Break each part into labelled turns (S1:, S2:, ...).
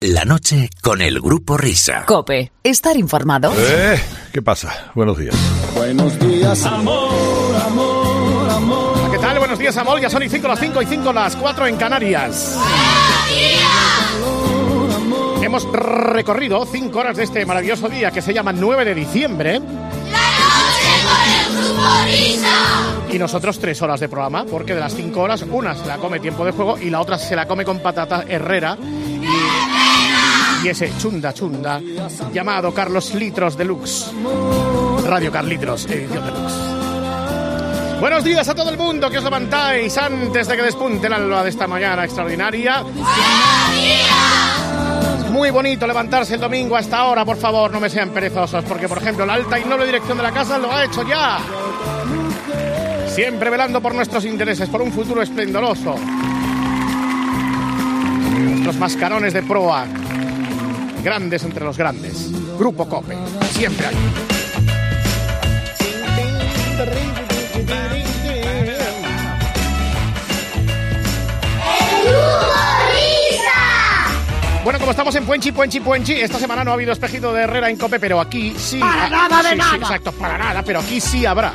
S1: La noche con el grupo Risa.
S2: Cope, estar informado.
S3: Eh, ¿Qué pasa? Buenos días.
S4: Buenos días, amor, amor, amor.
S5: ¿Qué tal? Buenos días, amor. Ya son y 5 las 5 y 5 las 4 en Canarias. Hemos recorrido 5 horas de este maravilloso día que se llama 9 de diciembre y nosotros 3 horas de programa porque de las 5 horas una se la come tiempo de juego y la otra se la come con patata Herrera y, y ese chunda chunda llamado Carlos Litros Deluxe. Radio Carlitos, edición deluxe. Buenos días a todo el mundo que os levantáis antes de que despunte el alba de esta mañana extraordinaria. Muy bonito levantarse el domingo a esta hora, por favor, no me sean perezosos, porque por ejemplo la alta y noble dirección de la casa lo ha hecho ya. Siempre velando por nuestros intereses, por un futuro esplendoroso. Los mascarones de proa, grandes entre los grandes. Grupo Cope, siempre ahí. Bueno, como estamos en Puenchi, Puenchi, Puenchi, esta semana no ha habido espejito de Herrera en Cope, pero aquí sí.
S6: Para
S5: Ah,
S6: nada de
S5: sí, sí,
S6: nada.
S5: exacto, para nada, pero aquí sí habrá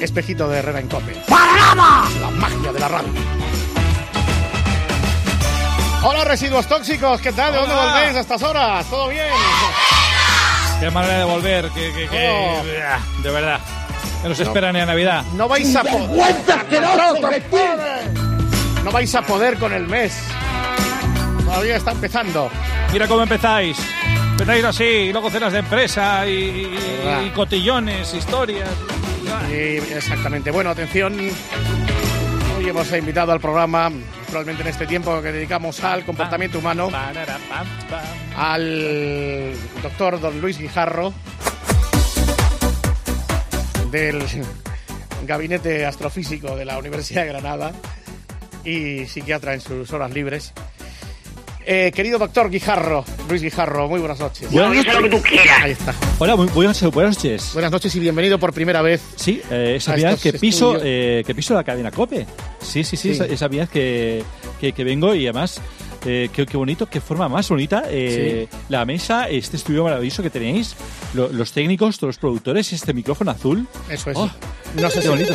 S5: espejito de Herrera en Cope.
S6: ¡Parada!
S5: La magia de la radio. Hola, residuos tóxicos, ¿qué tal? ¿De dónde
S7: Hola.
S5: volvéis a estas horas? ¿Todo bien?
S7: Qué manera de volver, que, que- que-
S5: Oh.
S7: de verdad. Que no se espera ni a Navidad.
S5: No vais a po-
S4: asqueroso,
S5: no vais a poder con el mes. Todavía está empezando.
S7: Mira cómo empezáis. Empezáis así, y luego cenas de empresa y, y-
S5: verdad.
S7: y cotillones, historias.
S5: Sí, exactamente. Bueno, atención. Hoy hemos invitado al programa, probablemente en este tiempo que dedicamos al comportamiento humano,
S7: Parara, pam, pam.
S5: al doctor don Luis Guijarro del Gabinete Astrofísico de la Universidad de Granada y psiquiatra en sus horas libres. Eh, querido doctor Guijarro, Luis Guijarro, muy buenas noches. Ahí está.
S8: Hola, muy, muy buenas, eh, buenas noches.
S5: Buenas noches y bienvenido por primera vez
S8: Sí, eh, esa
S5: A
S8: vez
S5: estos
S8: que piso,
S5: estudios.
S8: eh, que piso la cadena COPE. Sí, sí, sí,
S5: Sí.
S8: esa, esa vez que, que, que vengo y además, eh, qué, qué bonito, qué forma más bonita. eh, La mesa, este estudio maravilloso que tenéis, lo- los técnicos, todos los productores, este micrófono azul.
S5: Eso es.
S8: Oh,
S5: no sé
S8: qué
S5: si
S8: bonito.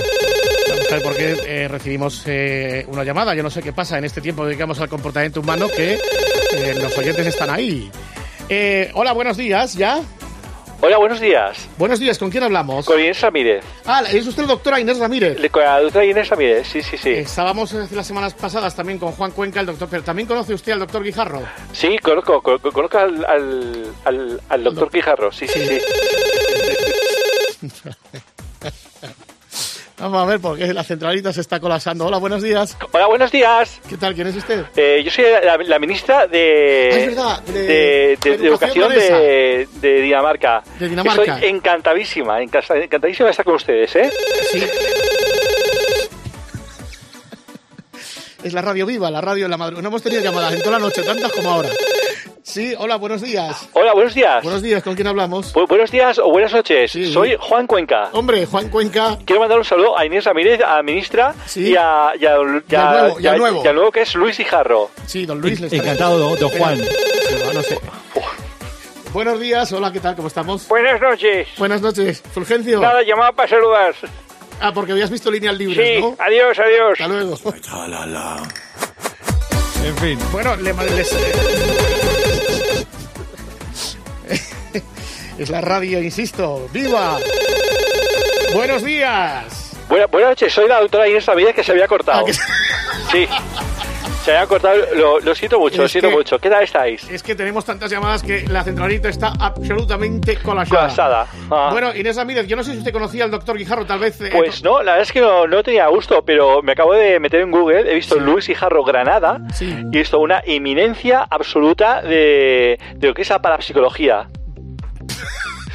S5: Vamos a ver por qué eh, recibimos eh, una llamada. Yo no sé qué pasa en este tiempo que dedicamos al comportamiento humano que eh, los oyentes están ahí. Eh, hola, buenos días, ¿ya?
S9: Hola, buenos días.
S5: Buenos días, ¿con quién hablamos?
S9: Con Inés Ramírez.
S5: Ah, es usted la doctora Inés Ramírez.
S9: Le- Con la doctora Inés Ramírez, sí, sí, sí.
S5: Estábamos eh, las semanas pasadas también con Juan Cuenca, el doctor, pero también conoce usted al doctor Guijarro.
S9: Sí, conozco, con- con- conozco al, al, al, al doctor Quijarro, sí, sí, sí.
S5: Vamos a ver por qué la centralita se está colapsando. Hola, buenos días.
S9: Hola, buenos días.
S5: ¿Qué tal? ¿Quién es usted?
S9: Eh, yo soy la, la ministra de,
S5: Ah, es verdad, de-
S9: de, de-
S5: de
S9: de
S5: Educación
S9: Educación de, de Dinamarca.
S5: De Dinamarca.
S9: Estoy encantadísima, encanta- encantadísima de estar con ustedes, ¿eh?
S5: Sí. Es la radio viva, la radio en la madrugada. No hemos tenido llamadas en toda la noche, tantas como ahora. Sí, hola, buenos días.
S9: Hola, buenos días.
S5: Buenos días, ¿con quién hablamos?
S9: Bu- buenos días o buenas noches.
S5: Sí.
S9: Soy Juan Cuenca.
S5: Hombre, Juan Cuenca.
S9: Quiero mandar un saludo a Inés Ramírez, a la ministra
S5: Sí.
S9: y, a, y, a-
S5: Y al nuevo, y al nuevo.
S9: y al nuevo que es Luis Guijarro.
S5: Sí, don Luis. le está-
S8: Encantado, don Juan.
S5: Sí, no, no sé. Buenos días, hola, ¿qué tal? ¿Cómo estamos?
S9: Buenas noches.
S5: Buenas noches, Fulgencio.
S9: Nada, llamaba para saludar.
S5: Ah, porque habías visto líneas libres,
S9: Sí,
S5: ¿no?
S9: adiós, adiós.
S5: Hasta luego.
S7: En fin.
S5: Bueno, le les- eh, Es la radio, insisto, viva. Buenos días.
S9: Buena- buenas noches, soy la doctora Inés Ramírez que se había
S5: Ah,
S9: cortado. Sí, se había cortado. Lo, lo siento mucho, lo
S5: Es
S9: siento
S5: que-
S9: mucho. ¿Qué tal estáis?
S5: Es que tenemos tantas llamadas que la centralita está absolutamente colapsada.
S9: Colapsada. Ah.
S5: Bueno, Inés Ramírez, yo no sé si usted conocía al doctor Guijarro, tal vez. eh,
S9: Pues no, la verdad es que no, no tenía gusto, pero me acabo de meter en Google, he visto Luis Guijarro Granada
S5: Sí.
S9: y he visto una eminencia absoluta de, de lo que es la parapsicología.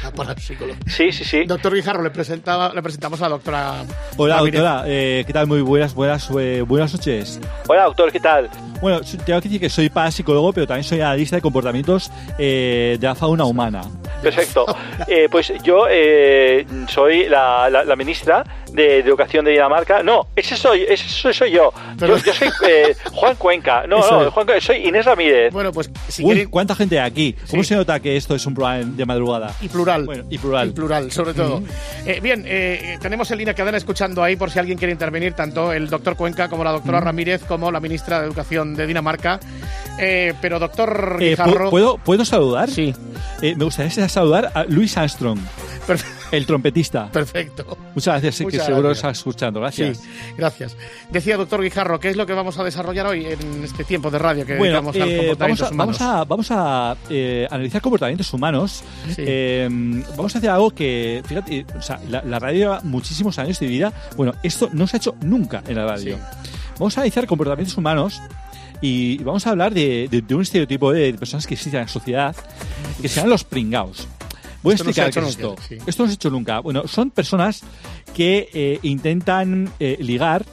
S5: Ah, para el psicólogo.
S9: Sí, sí, sí.
S5: Doctor Guijarro, le, presentaba, le presentamos a la doctora.
S8: Hola,
S5: Ramírez.
S8: doctora. eh, ¿Qué tal? Muy buenas, buenas, eh, buenas noches.
S9: Hola, doctor, ¿qué tal?
S8: Bueno, su- tengo que decir que soy parapsicólogo, pero también soy analista de comportamientos eh, de la fauna humana.
S9: Perfecto. Eh, pues yo eh, soy Eh, la, la- la ministra de Educación de Dinamarca. No, ese soy, ese soy, soy yo. Yo, yo soy eh, Juan Cuenca. No,
S5: Eso
S9: no,
S5: es.
S9: Juan Cuenca, soy Inés Ramírez.
S5: Bueno, pues si
S8: Uy,
S5: queréis-
S8: ¿cuánta gente hay aquí? ¿Cómo
S5: Sí.
S8: se nota que esto es un programa de madrugada?
S5: Y plural.
S8: Bueno, y plural.
S5: Y plural, sobre todo. Eh, bien, eh, tenemos en línea que andan escuchando ahí por si alguien quiere intervenir, tanto el doctor Cuenca como la doctora Ramírez, como la ministra de Educación de Dinamarca. Eh, pero, doctor
S8: Eh, ¿pu-
S5: Guijarro.
S8: ¿puedo, ¿Puedo saludar?
S5: Sí,
S8: Eh, me gustaría saludar a Luis Armstrong,
S5: perfe-
S8: el trompetista.
S5: perfecto.
S8: Muchas gracias, sé
S5: Muchas
S8: que seguro
S5: gracias.
S8: está escuchando. Gracias.
S5: Sí, gracias. Decía doctor Guijarro, ¿qué es lo que vamos a desarrollar hoy en este tiempo de radio que
S8: Bueno,
S5: dedicamos al
S8: eh, vamos
S5: comportamiento
S8: a, vamos a, vamos a, eh, analizar comportamientos humanos.
S5: Sí.
S8: Eh, vamos a hacer algo que, fíjate, o sea, la, la radio lleva muchísimos años de vida. Bueno, esto no se ha hecho nunca en la radio. Vamos a analizar comportamientos humanos y vamos a hablar de, de- de un estereotipo de personas que existen en la sociedad, que se llaman los pringaos. Voy a
S5: Esto no se
S8: explicar
S5: ha
S8: qué es
S5: hecho
S8: esto.
S5: nunca, sí.
S8: Esto no se ha hecho nunca. Bueno, son personas que eh, intentan eh, ligar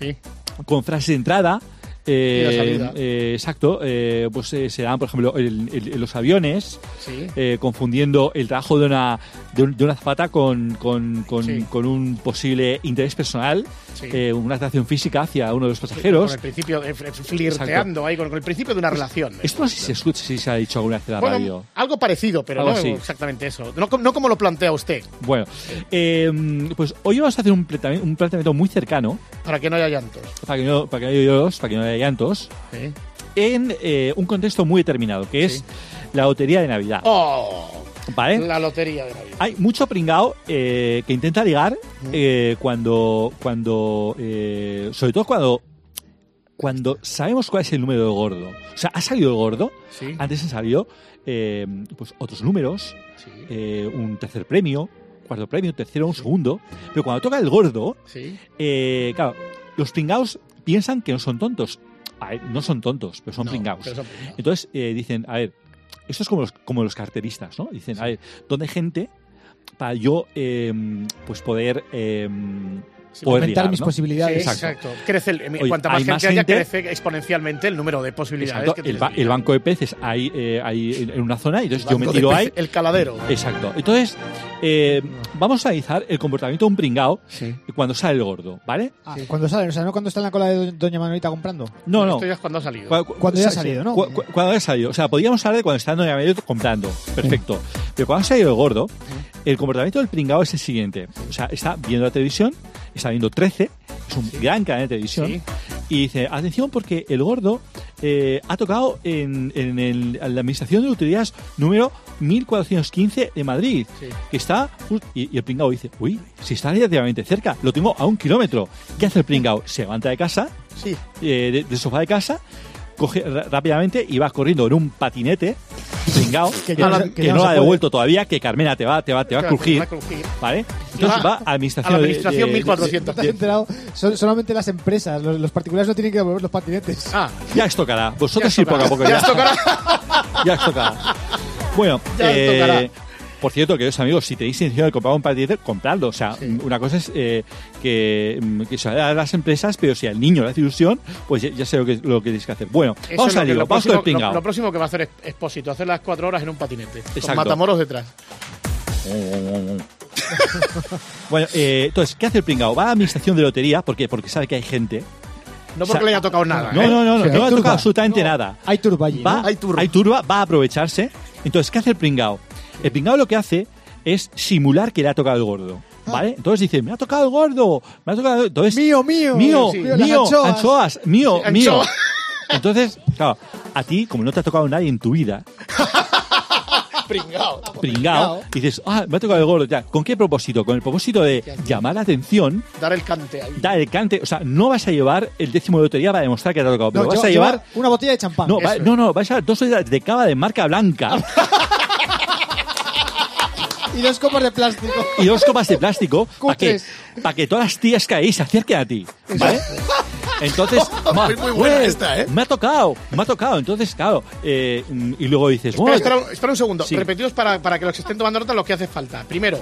S5: Sí.
S8: con frase de entrada. eh,
S5: Y la salida.
S8: eh, exacto, eh, pues eh, se dan, por ejemplo, el- el- en los aviones,
S5: Sí.
S8: eh, confundiendo el trabajo de una, de un- de una azafata con, con, con-
S5: Sí.
S8: con un posible interés personal,
S5: Sí.
S8: eh, una atracción física hacia uno de los
S5: Con
S8: pasajeros.
S5: el principio, de eh, fl- flirteando ahí, con con el principio de una relación.
S8: Esto no sé si se escucha, si se ha dicho alguna vez en la
S5: Bueno,
S8: radio.
S5: algo parecido, pero
S8: Algo
S5: no
S8: así.
S5: exactamente eso. No, com- no como lo plantea usted,
S8: Bueno, eh, pues hoy vamos a hacer un planteamiento, un planteamiento muy cercano,
S5: para que no haya llantos.
S8: para que no, para que no haya lloros, para que no haya llantos,
S5: ¿eh?
S8: en eh, un contexto muy determinado, que es
S5: Sí.
S8: la lotería de Navidad.
S5: ¡Oh!
S8: Ah. ¿Vale?
S5: La lotería de Navidad.
S8: Hay mucho pringao eh, que intenta ligar eh, cuando, cuando eh, sobre todo cuando, cuando sabemos cuál es el número de gordo. O sea, ha salido el gordo,
S5: Sí.
S8: antes han salido eh, pues otros números,
S5: Sí.
S8: eh, un tercer premio, cuarto premio, tercero, un segundo. Pero cuando toca el gordo,
S5: Sí.
S8: eh, claro, los pringaos piensan que no son tontos. A ver, no son tontos, pero son
S5: No,
S8: pringaos.
S5: pero son pringaos.
S8: Entonces eh, dicen, a ver, esto es como los, como los carteristas, ¿no? Dicen, a ver, ¿dónde hay gente para yo eh, pues poder, eh, poder
S6: aumentar
S8: ligar,
S6: mis
S8: ¿no?
S6: posibilidades.
S8: Sí, exacto.
S5: Exacto. Crece el-
S8: Oye,
S5: cuanta más
S8: hay
S5: gente
S8: más
S5: haya,
S8: gente-
S5: crece exponencialmente el número de posibilidades
S8: Exacto,
S5: que
S8: el,
S5: tienes
S8: ba-
S5: de
S8: el
S5: ligar.
S8: banco de peces hay, eh, hay en- en una zona y entonces yo me
S5: Banco de
S8: tiro ahí.
S5: peces, El caladero.
S8: Exacto. Entonces, eh, vamos a analizar el comportamiento de un pringao cuando sale el gordo, ¿vale?
S6: Ah, Cuando salen, o sea, no cuando está en la cola de do- Doña Manuelita comprando.
S8: No, no.
S5: Esto ya es cuando ha salido.
S8: Cu- cu-
S6: Cuando ya ha
S8: sí,
S6: salido, ¿no?
S8: cu- cu- cuando ya ha salido. O sea, podíamos hablar de cuando está Doña María comprando. Perfecto.
S6: Mm.
S8: Pero cuando ha salido el gordo, el comportamiento del pringao es el siguiente. O sea, está viendo la televisión, está viendo 13, es un gran canal de televisión,
S5: Sí.
S8: y dice, atención porque el gordo eh, ha tocado en, en el- en la Administración de Utilidades número 1415 de Madrid,
S5: Sí.
S8: que está... ju- Y, y el pringao dice, uy, si está relativamente cerca, lo tengo a un kilómetro. ¿Qué hace el pringao? Se levanta de casa,
S5: Sí.
S8: eh, de, del sofá de casa, coge ra- rápidamente y vas corriendo en un patinete, pringao, que,
S6: Que ya
S8: no-
S6: no-
S8: que
S6: que ya
S8: no
S6: no
S8: lo
S6: se
S8: ha
S6: puede.
S8: devuelto todavía, que Carmena te va, te va, te va a crujir.
S5: Va a crujir.
S8: ¿Vale? Entonces va,
S5: va
S8: a administración,
S5: Ah, a la
S8: de-
S5: administración
S8: de-
S6: ¿No te
S5: 1400.
S8: de-
S6: has
S8: de-
S6: enterado? Sol- solamente las empresas, los, los particulares no tienen que devolver los patinetes.
S5: Ah,
S8: ya os tocará.
S5: ya
S8: Vosotros
S5: os
S8: ir poco a
S5: tocará.
S8: poco.
S5: Ya os tocará.
S8: ya os tocará. Bueno,
S5: Ya os
S8: eh,
S5: tocará.
S8: por cierto, queridos amigos, si tenéis intención de comprar un patinete, compradlo. O sea, una cosa es eh, que, mm, que se haga a las empresas, pero si al niño le hace ilusión, pues ya, ya sé lo que, lo que tenéis que hacer. Bueno,
S5: Eso
S8: vamos
S5: es lo
S8: al
S5: que-
S8: lío,
S5: lo
S8: vamos con
S5: próximo,
S8: el pringao.
S5: lo- lo próximo que va a hacer es Expósito, hacer las cuatro horas en un patinete.
S8: Exacto.
S5: Con matamoros detrás.
S8: Bueno, eh, entonces, ¿qué hace el pringao? Va a la administración de lotería, ¿por qué? Porque sabe que hay gente.
S5: No
S8: O sea,
S5: porque le haya tocado nada.
S8: No,
S5: ¿eh?
S8: no, no, no,
S6: Sí, hay
S8: no ha
S6: turba.
S8: tocado absolutamente nada.
S6: Hay turba allí,
S8: Va,
S6: ¿no?
S8: hay, turba. va a aprovecharse. Entonces, ¿qué hace el pringao? El pringao lo que hace es simular que le ha tocado el gordo. ¿Vale? Entonces dice, me ha tocado el gordo, me ha tocado el-". Entonces,
S6: Ah. Mío, mío,
S8: mío,
S6: sí.
S8: mío,
S6: Las anchoas.
S8: anchoas, mío,
S5: Sí,
S8: mío.
S5: anchoas.
S8: Entonces, claro, a ti, como no te ha tocado nadie en tu vida,
S6: Pues,
S5: Pringao.
S8: pringao, dices, ah, me ha tocado el gordo, ya. ¿Con qué propósito? Con el propósito de llamar la atención
S5: Dar el cante ahí.
S8: da el cante. O sea, no vas a llevar el décimo de lotería para demostrar que te ha tocado, pero
S6: No,
S8: vas
S6: lleva-
S8: a llevar.
S6: lleva una botella de champán.
S8: No, va-
S5: Eso
S8: no, no, vas a llevar dos ollas de cava de marca
S6: Ah,
S8: blanca
S6: Y dos copas de plástico.
S8: y dos copas de plástico para que,
S6: Cutres.
S8: pa' que todas las tías que hay se acerquen a ti. ¿Vale? Entonces, ma,
S5: Muy- muy buena
S8: güey,
S5: esta, ¿eh?
S8: me ha tocado, me ha tocado. Entonces, claro, eh, mm, y luego dices,
S5: Espera,
S8: bueno,
S5: espera, un- espera un segundo.
S8: Sí.
S5: Repetidos para, para que los que estén tomando nota lo que hace falta. Primero,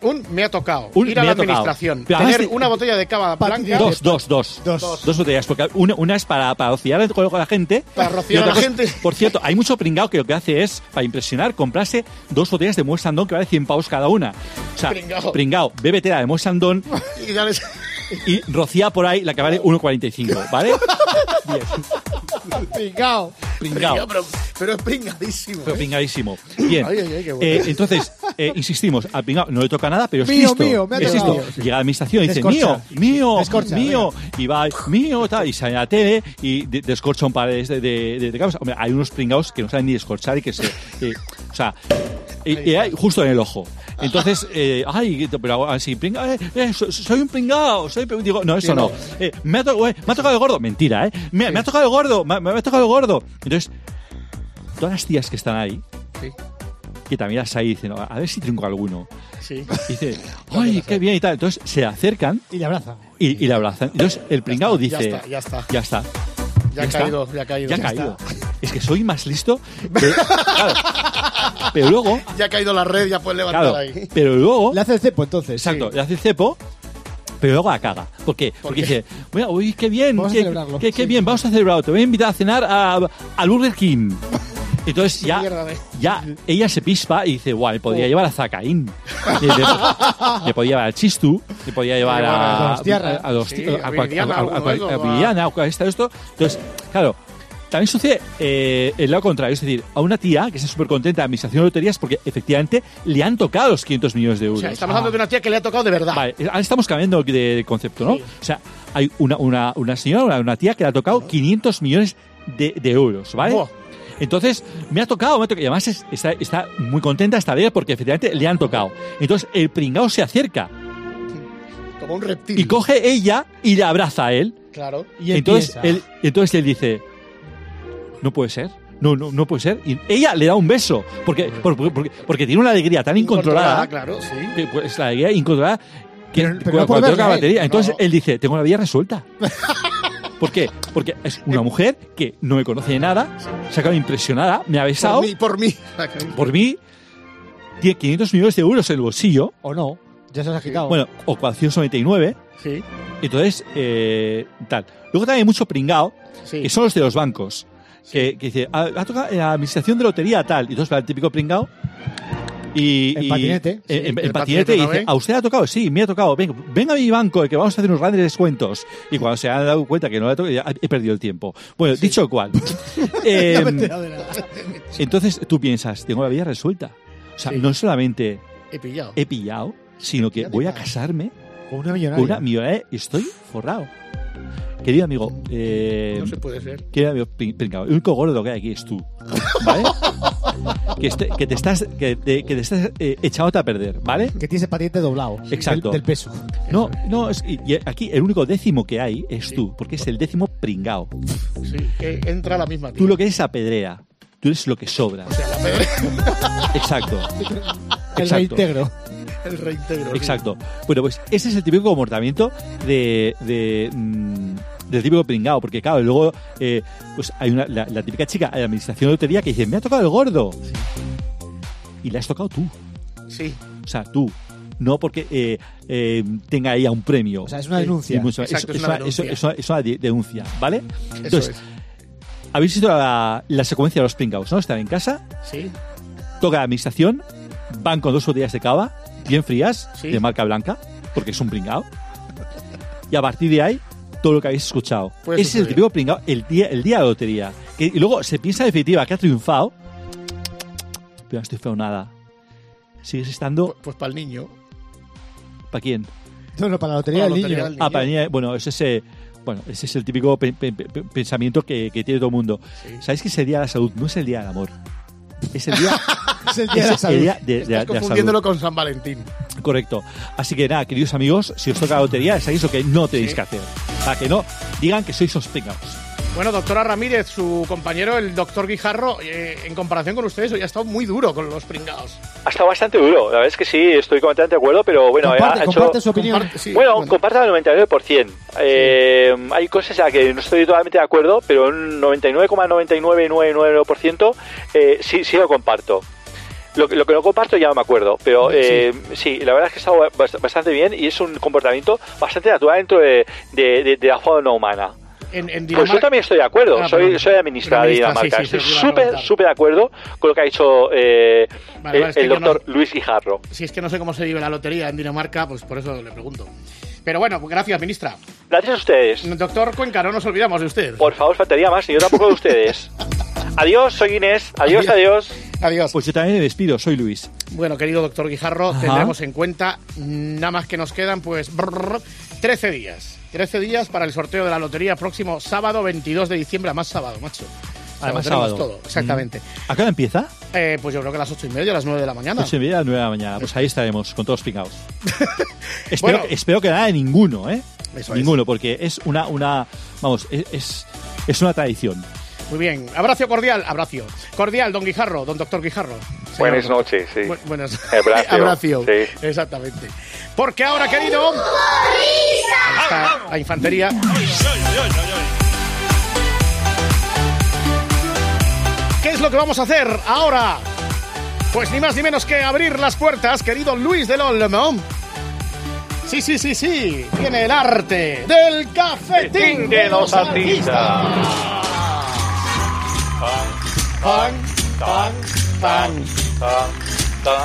S5: Un me ha tocado.
S8: Un
S5: ir a
S8: me
S5: la
S8: ha tocado.
S5: administración.
S8: Pero
S5: tener
S8: además-
S5: una botella de cava blanca.
S8: Dos, dos, dos.
S6: Dos.
S8: Dos botellas, porque una, una es para, para rociar el juego a la gente.
S5: Para rociar
S8: y otra
S5: a la
S8: cosa-
S5: gente.
S8: Por cierto, hay mucho pringao que lo que hace es, para impresionar, comprarse dos botellas de Moet Sandón que vale 100 pavos cada una. O sea,
S5: Pringao.
S8: pringao, bébete la de Moet Sandón
S5: Y ya les-
S8: y rocía por ahí la que vale 1,45, ¿vale? Bien,
S6: Pringao.
S8: pringao.
S5: pero, pero es ¿eh? pringadísimo.
S8: Pero pringadísimo. Bien.
S5: Ay, ay, ay, qué bueno.
S8: Eh, entonces, eh, insistimos, al pringao no le toca nada, pero es
S6: Mío,
S8: listo.
S6: mío, me ha
S8: es
S6: tocado.
S8: listo. Llega a la administración y dice, mío,
S6: Descorcha.
S8: mío,
S6: Descorcha,
S8: mío. Y va, mío, tal, y sale a la tele y de- descorcha un par de, de, de, de cabezas. Hombre, hay unos pringaos que no saben ni descorchar y que se... eh, o sea... Y, y hay justo en el ojo. Entonces, eh, ay, pero así, pringa, eh, eh, so- soy un pringao, soy pringao. Digo, no, eso no. Eh, me, ha to- eh, me ha tocado el gordo. Mentira, ¿eh? Me, me ha tocado el gordo, me, me ha tocado el gordo. Entonces, todas las tías que están ahí, Eh,
S5: Sí.
S8: que también las hay, dicen, a ver si trinco alguno.
S5: Sí.
S8: Y dice, ¡ay, qué bien! y tal. Entonces se acercan
S6: Y le abraza.
S8: y, y le abrazan. Entonces el pringao
S5: Ya
S8: dice,
S5: está, ya está.
S8: ya está,
S5: Ya ha
S8: está.
S5: caído, ya ha caído.
S8: ya ha
S5: está.
S8: caído. Es que soy más listo. Pero, claro, pero luego,
S5: Ya ha caído la red, ya puedes levantar
S8: claro,
S5: ahí.
S8: pero luego,
S6: Le hace el cepo entonces.
S8: exacto, le hace el cepo. Pero luego la caga. ¿Por qué? Porque dice, "Mira, uy, qué bien,
S6: Vamos a
S8: qué,
S6: celebrarlo".
S8: qué- qué
S6: Sí.
S8: bien, vamos a celebrarlo. Te voy a invitar a cenar a, al Burger King. Entonces ya,
S5: mierda de- Oh.
S8: ya ella se pispa y dice, guau, me podría llevar a Zacaín. Y le, le podía llevar a Chistu, le podía llevar
S6: a
S8: a,
S6: Donostiarra.
S8: a, a, Donosti-
S5: Sí,
S8: a
S5: a
S8: cual-
S5: Viridiana,
S8: a- a- a-
S5: alguno de esos,
S8: a
S5: va.
S8: Viridiana, a esto, esto. Entonces, claro, también sucede eh, el lado contrario. Es decir, a una tía que está súper contenta de administración de loterías porque efectivamente le han tocado los 500 millones de euros.
S5: O sea, estamos hablando de una tía que le ha tocado de verdad.
S8: Vale, ahora estamos cambiando de concepto, ¿no? O sea, hay una, una, una señora, una, una tía que le ha tocado 500 millones de, de euros, ¿vale?
S5: Buah.
S8: Entonces, me ha tocado, me ha tocado. Y además es- está, está muy contenta esta tía porque efectivamente le han tocado. Entonces, el pringao se acerca
S5: Como un reptil.
S8: y coge ella y le abraza a él.
S5: Claro.
S6: Y
S8: entonces,
S6: empieza.
S8: él, entonces él dice, no puede ser. No, no, no puede ser. Y ella le da un beso porque, por- por- porque, porque tiene una alegría tan incontrolada
S5: Claro, sí.
S8: que, pues la idea incontrolada que
S6: Pero- pero
S8: cuando-
S6: no
S8: cuando
S6: volverla,
S8: toca la
S6: ¿eh?
S8: batería. Entonces
S5: No.
S8: él dice, tengo la vida resuelta. ¿Por qué? Porque es una
S6: Eh.
S8: mujer que no me conoce de nada, se ha quedado impresionada, me ha besado
S5: Por mí, por mí.
S8: por mí, tiene 500 millones de euros en el bolsillo,
S6: O no. Ya se has agitado.
S8: bueno, o 499,
S5: Sí,
S8: entonces, eh, tal. Luego también hay mucho pringao,
S5: sí.
S8: que son los de los bancos, que, que dice, "Ah, ha tocado en la administración de lotería tal, y entonces va el típico pringao. Y,
S6: En
S8: y-
S6: patinete.
S8: En,
S5: Sí,
S8: en- en
S5: el
S8: patinete y
S5: patinete otra
S8: dice,
S5: vez.
S8: ¿a usted le ha tocado? Sí, me ha tocado. Venga, venga a mi banco, que vamos a hacer unos grandes descuentos. Y cuando se han dado cuenta que no le ha tocado, ya he perdido el tiempo. Bueno, dicho lo cual. eh,
S5: Em,
S6: No me he enterado de nada.
S8: entonces tú piensas, tengo la vida resuelta. O sea, no solamente
S5: He pillado.
S8: he pillado, sino que
S5: Ya te
S8: voy a
S5: cae.
S8: casarme
S6: Con una
S8: con
S6: millonaria.
S8: una millonaria y estoy forrado. Querido amigo, eh,
S5: No se puede ser.
S8: querido amigo pin- pringao, el único gordo que hay aquí es tú. ¿Vale? que, este- que te estás, que te, que te estás eh, echándote a perder, ¿vale?
S6: Que tiene ese patiente doblado.
S8: Exacto.
S6: Del, del peso.
S8: No, no, es- y- y aquí el único décimo que hay es tú, porque es el décimo pringao.
S5: Sí, que entra la misma
S8: Tú
S5: tía.
S8: lo que eres apedrea, tú eres lo que sobra. Exacto.
S6: El
S8: Exacto.
S6: reintegro.
S5: El reintegro.
S8: Exacto. Bueno, pues ese es el típico comportamiento de, de, mm, del típico pringao, porque claro, luego eh, pues hay una, la, la típica chica en la administración de lotería que dice, me ha tocado el gordo. Y le has tocado tú.
S5: Sí.
S8: O sea, tú. No porque eh, eh, tenga ahí a un premio.
S6: O sea, es una denuncia.
S8: Y mucho- eso-
S5: Exacto, es una
S8: eso- eso-
S5: denuncia.
S8: eso- es una de- denuncia, ¿vale?
S5: Eso
S8: Entonces, habéis visto la, la secuencia de los pringaos, ¿no? Están en casa,
S5: es. Sí.
S8: toca la administración, van con dos botellas de cava, bien frías,
S5: Sí.
S8: de marca blanca, porque es un pringao. Y a partir de ahí, todo lo que habéis escuchado.
S5: Puede
S8: Ese es el
S5: suceder.
S8: típico pringao, el día, el día de la lotería. Que, y luego se piensa en definitiva que ha triunfado, pero no estoy feo nada. Sigues estando,
S5: Pues, para el niño.
S8: ¿para quién?
S6: No, no, para la lotería del
S5: Para la lotería
S6: niño.
S5: del
S8: Ah, para mí, eh, bueno, es ese, bueno, ese es el típico pe- pe- pe- pensamiento que, que tiene todo el mundo.
S5: Sí.
S8: ¿Sabéis que ese día de la salud no es el día del amor? Es el día,
S6: Es el día de la
S8: es el
S6: salud.
S8: día de, de- de
S5: Estás
S8: la
S5: confundiéndolo
S8: salud.
S5: con San Valentín.
S8: Correcto. Así que nada, queridos amigos, si os toca la lotería, sabéis lo que no tenéis
S5: Sí.
S8: que hacer. Para que no digan que sois sospechados.
S5: Bueno, doctora Ramírez, su compañero, el doctor Guijarro, eh, en comparación con ustedes, hoy ha estado muy duro con los pringados.
S9: Ha estado bastante duro. La verdad es que sí, estoy completamente de acuerdo, pero bueno,
S8: eh,
S6: comparte,
S9: ha hecho.
S6: comparte su opinión.
S5: Comparte- sí,
S9: bueno, comparta el 99%. Eh, Hay cosas a las que no estoy totalmente de acuerdo, pero un 99,9999% eh, sí, sí lo comparto.
S10: Lo, que- lo que no comparto ya no me acuerdo, pero eh, sí. la verdad es que está ba- bast- bastante bien y es un comportamiento bastante natural dentro de, de- de- de la forma no humana.
S5: En, en
S10: Pues yo
S5: Dinamarca.
S10: también estoy de acuerdo,
S5: Ah,
S10: soy,
S5: perdón.
S10: soy administradora de
S5: Ministra,
S10: Dinamarca,
S5: sí, sí, sí,
S10: estoy
S5: lo que iba a
S10: súper,
S5: preguntar.
S10: súper de acuerdo con lo que ha dicho eh,
S5: Vale,
S10: el,
S5: vale, es que
S10: el
S5: yo no-
S10: doctor Luis Guijarro.
S5: Si es que no sé cómo se vive la lotería en Dinamarca, pues por eso le pregunto. Pero bueno, pues gracias, ministra.
S10: Gracias a ustedes.
S5: Doctor Cuenca, no nos olvidamos de usted.
S10: Por favor, faltaría más y yo tampoco de ustedes. Adiós, soy Inés. Adiós, adiós.
S5: Adiós.
S8: Pues yo también me despido, soy Luis.
S5: Bueno, querido doctor Guijarro,
S8: Ajá.
S5: tendremos en cuenta nada más que nos quedan, pues, brrr, 13 días. 13 días para el sorteo de la lotería próximo sábado 22 de diciembre, a más sábado, macho. O sea,
S8: Además,
S5: lo tenemos
S8: sábado. Mm.
S5: todo, exactamente.
S8: ¿A qué hora empieza?
S5: Eh, pues yo creo que a las 8 y media, a las 9 de la mañana.
S8: Ocho y media, nueve de la mañana. Pues ahí estaremos, con todos pingados. espero,
S5: Bueno.
S8: espero que nada de ninguno, ¿eh?
S5: Eso es.
S8: ninguno, porque es una, una vamos, es, es, es una tradición.
S5: Muy bien. Abrazo cordial, abrazo. Cordial, don Guijarro, don doctor Guijarro.
S10: Buenas
S5: Señor.
S10: noches, sí.
S5: Bu- buenas.
S10: Abrazo,
S5: Abrazo.
S10: sí.
S5: Exactamente. Porque ahora, querido. Ahí está la infantería. ¿Qué es lo que vamos a hacer ahora? Pues ni más ni menos que abrir las puertas, querido Luis del Olmo. Sí, sí, sí, sí. Tiene el arte del cafetín de los artistas. Pan, pan, pan.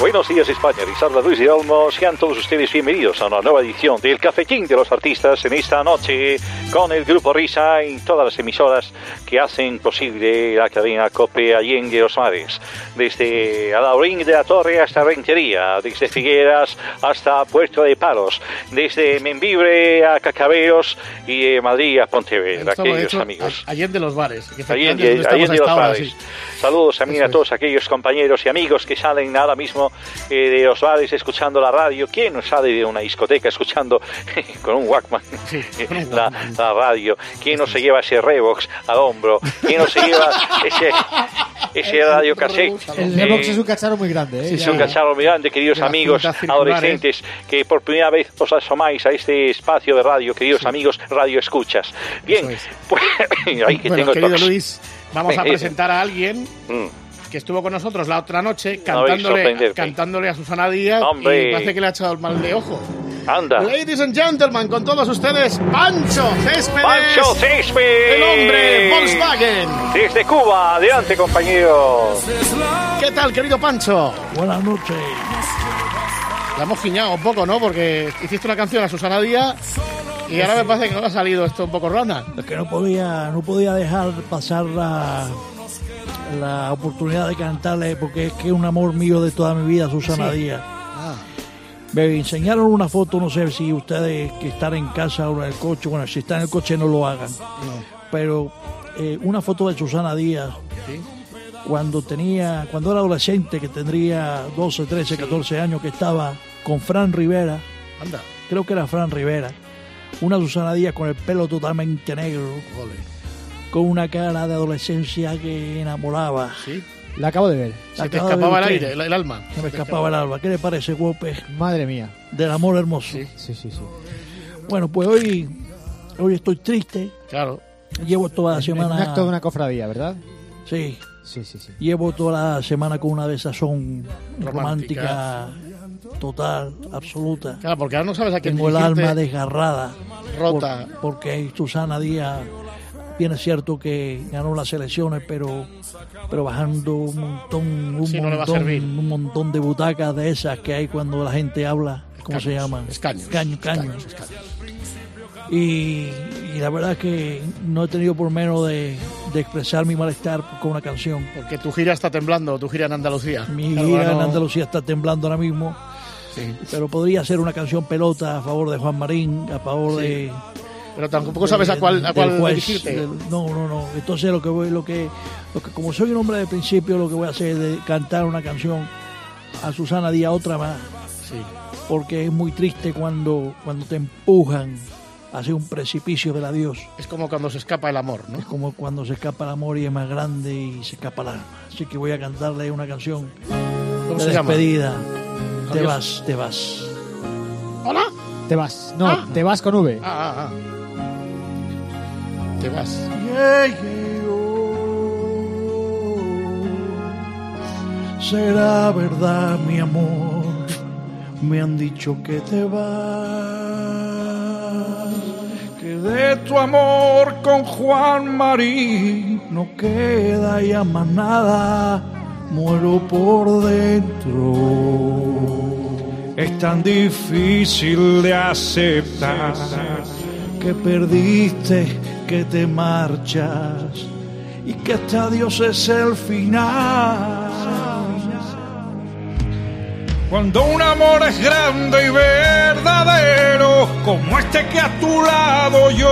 S10: Buenos días España, les habla Luis Hidalgo. Sean todos ustedes bienvenidos a una nueva edición del Cafetín de los Artistas en esta noche con el Grupo Risa y todas las emisoras que hacen posible la cadena COPE Allende los Mares. Desde Alaurín de la Torre hasta Rentería, desde Figueras hasta Puerto de Palos, desde Membibre a Cacaberos y de Madrid a Pontevedra,
S5: Todo
S10: aquellos
S5: hecho
S10: amigos.
S5: a- Allende los bares. que
S10: Ahí en,
S5: efectivamente donde
S10: ahí en
S5: estamos
S10: Dios
S5: hasta ahora,
S10: Padres.
S5: sí.
S10: Saludos también
S5: Eso
S10: a todos aquellos compañeros y amigos que salen ahora mismo eh, de los bares escuchando la radio. ¿Quién no sale de una discoteca escuchando con un Walkman
S5: Sí, con un
S10: la,
S5: Walkman.
S10: la radio? ¿Quién no se lleva ese Revox al hombro? ¿Quién no se lleva ese, ese radio cassette?
S11: El
S10: Eh,
S11: Revox es un cacharro muy grande, ¿eh?
S5: sí,
S10: es
S11: Ya-
S10: un cacharro muy grande, queridos
S5: De las
S10: amigos
S5: cintas circulares.
S10: adolescentes, que por primera vez os asomáis a este espacio de radio, queridos amigos radio escuchas. Bien,
S5: Eso es.
S10: pues, ay, que
S5: Bueno,
S10: tengo el
S5: querido
S10: tox.
S5: Luis, vamos a
S10: Eh, eh.
S5: presentar a alguien
S10: Mm.
S5: que estuvo con nosotros la otra noche
S10: No habéis
S5: cantándole,
S10: sorprenderme.
S5: cantándole a Susana Díaz
S10: Hombre.
S5: y parece que le ha echado el mal de ojo.
S10: Anda.
S5: Ladies and gentlemen, con todos ustedes, Pancho Céspedes,
S10: Pancho Césped.
S5: el hombre Volkswagen.
S10: Eh, Desde Cuba, adelante compañero.
S5: ¿Qué tal, querido Pancho?
S12: Buenas noches.
S5: La hemos guiñado un poco, ¿no? Porque hiciste una canción a Susana Díaz y ahora me parece que no le ha salido esto un poco rana.
S12: Es que no podía, no podía dejar pasar la, la oportunidad de cantarle porque es que es un amor mío de toda mi vida, Susana Díaz.
S5: Ah,
S12: Me enseñaron una foto, no sé si ustedes que están en casa o en el coche, bueno, si están en el coche no lo hagan, pero eh, una foto de Susana Díaz cuando tenía, cuando era adolescente, que tendría 12, 13, 14 años, que estaba con Fran Rivera,
S5: Anda,
S12: creo que era Fran Rivera, una Susana Díaz con el pelo totalmente negro,
S5: ole.
S12: con una cara de adolescencia que enamoraba.
S5: Sí.
S11: La acabo de ver.
S12: La
S5: Se te
S12: acaba de
S5: escapaba el
S12: usted.
S5: aire, el, el alma.
S12: Se me escapaba el alba. ¿Qué le parece, Guope?
S11: Madre mía.
S12: Del amor hermoso.
S11: Sí, sí, sí.
S12: Bueno, pues hoy, hoy estoy triste.
S5: Claro.
S12: Llevo toda la
S11: Un
S12: semana.
S11: acto de una cofradía, ¿verdad?
S12: Sí.
S11: Sí, sí, sí.
S12: Llevo toda la semana con una desazón
S5: Romántica.
S12: romántica, total, absoluta.
S5: Claro, porque ahora no sabes a quién
S12: Tengo el
S5: dirigirte.
S12: alma desgarrada.
S5: Rota.
S12: Por- porque Susana Díaz, bien es cierto que ganó las elecciones, pero, pero bajando un montón, un,
S5: Sí, no le va a
S12: montón
S5: servir.
S12: un montón de butacas de esas que hay cuando la gente habla. ¿Cómo se
S5: Escaños,
S12: llaman?
S5: escaños,
S12: Caños, caños.
S5: escaños, escaños.
S12: Y, y la verdad es que no he tenido por menos de, de expresar mi malestar con una canción.
S5: Porque tu gira está temblando, tu gira en Andalucía.
S12: Mi
S5: Claro,
S12: gira en
S5: no-
S12: Andalucía está temblando ahora mismo,
S5: Sí.
S12: pero podría ser una canción pelota a favor de Juan Marín, a favor de,
S5: Pero tampoco sabes a cuál, a
S12: del
S5: cuál
S12: juez,
S5: dirigirte.
S12: del- no, no, no. Entonces lo que voy, lo que, lo que como soy un hombre de principio, lo que voy a hacer es de cantar una canción a Susana Díaz otra más,
S5: Sí.
S12: porque es muy triste cuando cuando te empujan hacia un precipicio del adiós.
S5: Es como cuando se escapa el amor, ¿no?
S12: Es como cuando se escapa el amor y es más grande y se escapa el alma. Así que voy a cantarle una canción
S5: ¿Cómo
S12: de
S5: se llama?
S12: despedida. Te vas,
S5: Adiós.
S12: te vas.
S5: ¿Hola?
S11: Te vas. No, te vas con V.
S5: Ah, ah, ah. Te vas.
S12: Llegué yo será verdad mi amor. Me han dicho que te vas, que de tu amor con Juan Marín no queda ya más nada. Muero por dentro. Es tan difícil de aceptar que perdiste, que te marchas y que hasta Dios es el final.
S7: Cuando un amor es grande y verdadero, como este que a tu lado yo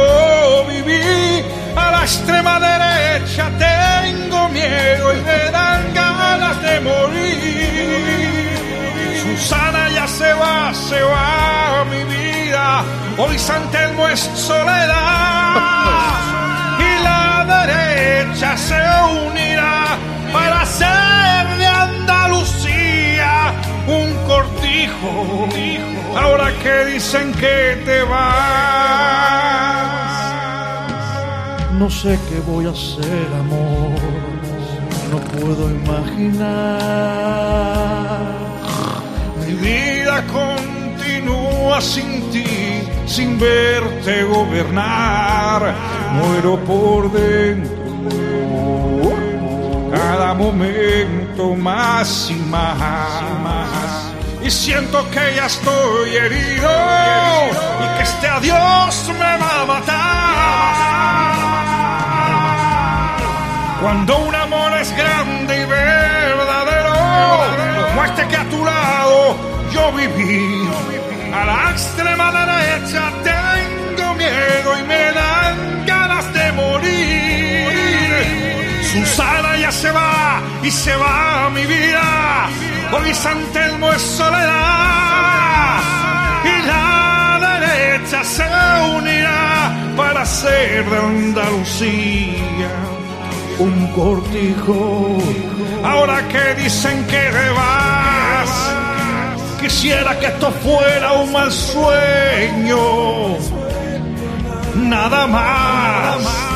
S7: viví, a la extrema derecha tengo miedo y me dan ganas de morir. Susana ya se va, se va mi vida, hoy San Telmo es soledad y la derecha se unirá para ser de Andalucía un cortijo. Ahora que dicen que te vas.
S12: No sé qué voy a hacer, amor. No puedo imaginar.
S7: Mi vida continúa sin ti, sin verte gobernar. Muero por dentro. Cada momento más y más. Y siento que ya estoy herido y que este adiós me va a matar. Cuando un amor es grande y verdadero, como este que a tu lado yo viví, a la extrema derecha tengo miedo y me dan ganas de morir. Susana ya se va y se va mi vida, hoy San Telmo es soledad y la derecha se unirá para ser de Andalucía un cortijo. Ahora que dicen que te vas, quisiera que esto fuera un mal sueño. Nada más.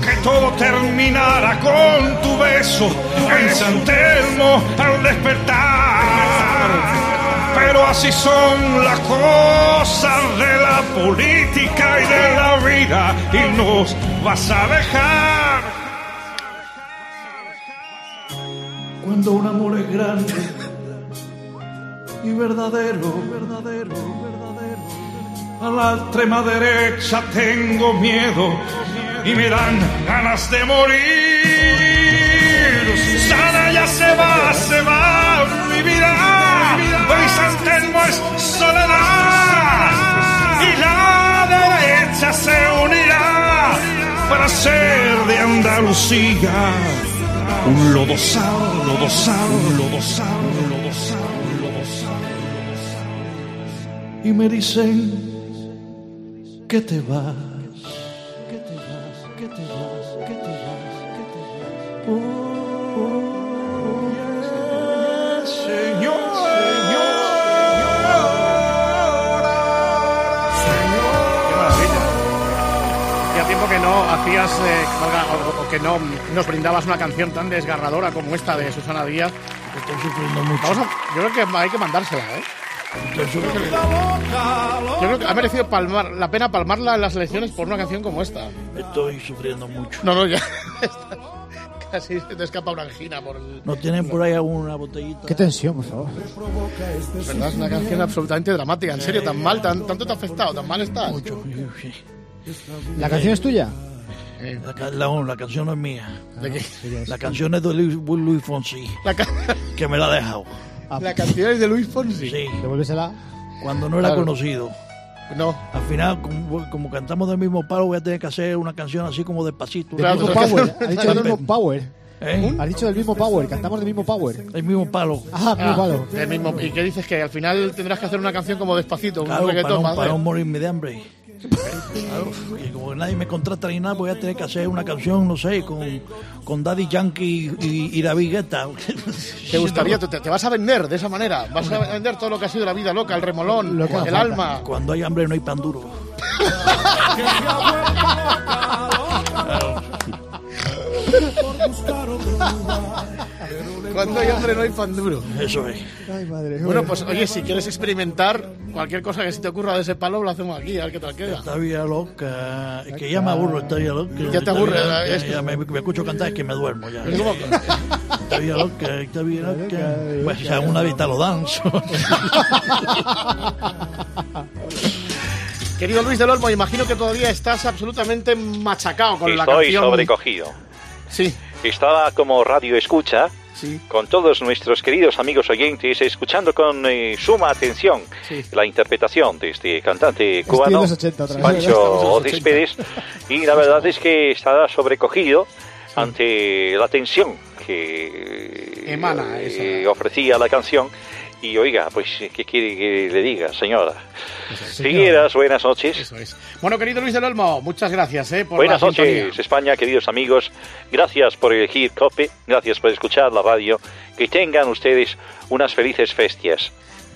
S7: Que todo terminara con tu beso en San Telmo al despertar. Pero así son las cosas de la política y de la vida y nos vas a dejar.
S12: Cuando un amor es grande y verdadero, verdadero, verdadero.
S7: A la extrema derecha tengo miedo y me dan ganas de morir. Susana ya se va, se va mi vida. Hoy San Telmo es soledad y la derecha se unirá para ser de Andalucía un lodosal, lodosal, lodosal, lodosal, lodosal.
S12: y me dicen que te vas, que te vas, que te vas, que te vas, que te vas. Oh,
S7: Señor,
S5: Qué maravilla. Hacía tiempo que no hacías, eh, Olga, o, o que no nos brindabas una canción tan desgarradora como esta de Susana Díaz.
S12: Estoy sufriendo mucho.
S5: Vamos a, yo creo que hay que mandársela, ¿eh? Yo creo que ha merecido palmar, la pena palmarla en las elecciones por una canción como esta.
S12: Estoy sufriendo mucho.
S5: No, no, ya. estás- Casi se te escapa una angina por el...
S12: ¿No tienen por ahí alguna botellita?
S6: Qué tensión, por favor.
S5: ¿Verdad? Es una canción absolutamente dramática. En serio, tan mal, tan, tanto te ha afectado, tan mal estás.
S12: Mucho. sí, sí. Eh,
S6: ¿La canción es tuya?
S12: La, ca- la- no, la canción no es mía.
S5: ¿De
S6: Ah,
S5: qué?
S12: La canción es de Luis, Luis Fonsi,
S5: La, ca-
S12: que me la ha dejado.
S5: la canción es de Luis Fonsi.
S12: Sí,
S6: Ah. Devuélvesela.
S12: cuando no era
S5: Claro.
S12: conocido.
S5: No.
S12: Al final, como, como cantamos del mismo palo, voy a tener que hacer una canción así como despacito.
S5: Claro,
S6: Mismo
S5: pues,
S6: power. Ha dicho del mismo power.
S12: ¿Eh?
S6: Ha dicho del mismo power. Cantamos del mismo power.
S12: El mismo palo.
S6: Ah, mismo palo.
S5: del mismo. ¿Y qué dices? Que al final tendrás que hacer una canción como despacito, un
S12: Claro, para
S5: reggaetón
S12: no,
S5: más.
S12: para no morirme de hambre. Claro, y como nadie me contrata ni nada, voy a tener que hacer una canción, no sé, con, con Daddy Yankee y, y David Guetta.
S5: Te gustaría, te, te vas a vender de esa manera. Vas a vender todo lo que ha sido la vida loca, el remolón,
S6: Lo que haga
S5: el
S6: falta.
S5: alma.
S12: Cuando hay hambre no hay pan duro.
S5: Cuando hay hambre no hay pan duro.
S12: Eso es.
S8: Ay, madre.
S5: Bueno, pues oye, si quieres experimentar cualquier cosa que se te ocurra de ese palo, lo hacemos aquí, a ver qué tal queda.
S12: Esta vida loca. Es que ya me aburro esta vida loca.
S5: Ya te aburre,
S12: Esta vida
S5: ¿verdad?
S12: loca,
S5: Es que-
S12: ya me, me escucho cantar, es que me duermo ya.
S5: Es como-
S12: Esta vida loca, esta vida loca. Pues si hago una vista lo danzo.
S5: Querido Luis del Olmo, imagino que todavía estás absolutamente machacado con la
S10: Estoy
S5: canción.
S10: sobrecogido.
S5: Sí,
S10: Estaba como radio escucha
S5: sí.
S10: con todos nuestros queridos amigos oyentes, escuchando con eh, suma atención
S5: Sí.
S10: la interpretación de este cantante
S8: Estoy en
S10: cubano,
S8: los 80 otra vez.
S5: Estamos en los
S10: Pancho
S5: 80.
S10: Céspedes, y la verdad es que estaba sobrecogido ante la tensión que
S8: Ah,
S5: Emana esa.
S10: eh, ofrecía la canción. Y oiga, pues, ¿qué quiere que le diga, señora? Figueras, buenas noches.
S5: Eso es. Bueno, querido Luis del Olmo, muchas gracias eh, por
S10: Buenas
S5: la
S10: noches,
S5: sintonía.
S10: España, queridos amigos. Gracias por elegir COPE, gracias por escuchar la radio. Que tengan ustedes unas felices festias.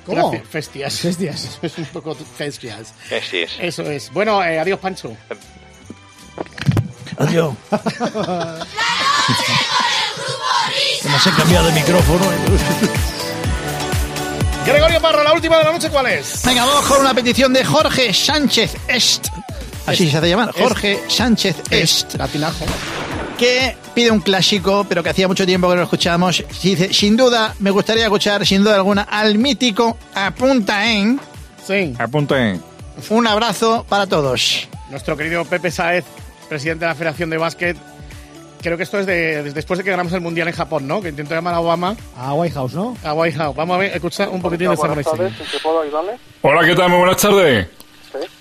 S8: ¿Cómo?
S5: Gracias. Festias.
S8: Festias.
S5: Es un poco festias.
S10: Festias.
S5: Eso es. Bueno, eh, adiós, Pancho.
S12: Adiós. Que me hace cambiar de micrófono.
S5: Gregorio Parra, la última de la noche, ¿cuál es?
S13: Venga, vamos con una petición de Jorge Sánchez Est. Así se hace llamar, Jorge Sánchez Est,
S5: Latinajo.
S13: que pide un clásico, pero que hacía mucho tiempo que no lo escuchábamos. Y Dice, sin duda, me gustaría escuchar, sin duda alguna, al mítico Apunta en.
S5: Sí.
S14: Apunten.
S13: Un abrazo para todos.
S5: Nuestro querido Pepe Saez, presidente de la Federación de Básquet. Creo que esto es de, de- después de que ganamos el Mundial en Japón, ¿no? Que intentó llamar a Obama
S8: A White House, ¿no?
S5: a White House. Vamos a ver, escuchar un poquitín de esta conexión.
S4: ¿en qué puedo ayudarle?
S15: Hola, ¿qué tal? Muy buenas tardes.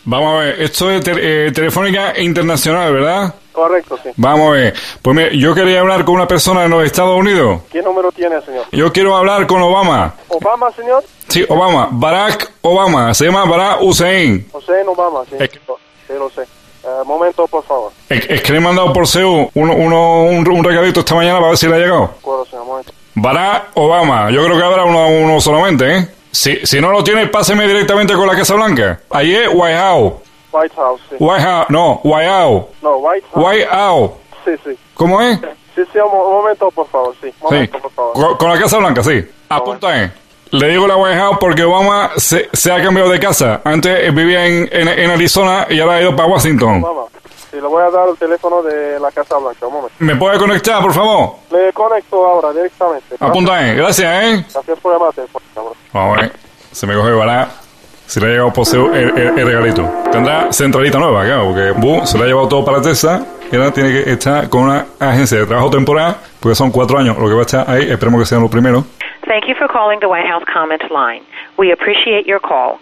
S15: Vamos a ver, esto es tel- eh, Telefónica Internacional, ¿verdad?
S4: Correcto, sí.
S15: Vamos a ver. Pues mire, yo quería hablar con una persona de los Estados Unidos.
S4: ¿Qué número tiene, señor?
S15: Yo quiero hablar con Obama.
S4: Obama, señor.
S15: Sí, Obama. Barack Obama. Se llama Barack Hussein.
S4: Hussein Obama, sí.
S15: Es que-
S4: Sí, lo sé. Eh, momento, por favor.
S15: Es, es que le he mandado por SEU uno, uno- un, un regalito esta mañana para ver si le ha llegado.
S4: Acuerdo, señor, momento.
S15: Barack Obama. Yo creo que habrá uno, uno solamente, ¿eh? Si, si no lo tiene, páseme directamente con la Casa Blanca. Ahí es White House.
S4: White House, sí.
S15: White House. No, White House.
S4: No, White House.
S15: White House.
S4: Sí, sí.
S15: ¿Cómo es?
S4: Sí, sí, un mo- un momento, por favor, sí.
S15: Sí.
S4: Momento, por favor.
S15: Con, con la Casa Blanca, sí. Apunta ahí. Le digo la White House porque Obama se, se ha cambiado de casa. Antes eh, vivía en, en, en Arizona y ahora ha ido para Washington.
S4: Obama. Sí, le voy a dar el teléfono de la Casa Blanca, un momento.
S15: ¿Me puede conectar, por favor?
S4: Le conecto ahora directamente.
S15: Apunta ahí. Gracias, ¿eh?
S4: Gracias por llamarte, por favor.
S15: Vamos a ver. Se me coge barato. Si le ha llegado por SEU el, el- el regalito. Tendrá centralita nueva, claro, porque boom, se le ha llevado todo para Tesla y ahora tiene que estar con una agencia de trabajo temporal, porque son cuatro años lo que va a estar ahí. Esperemos que sean los primeros.
S16: Thank you for calling the White House comment line. We appreciate your call.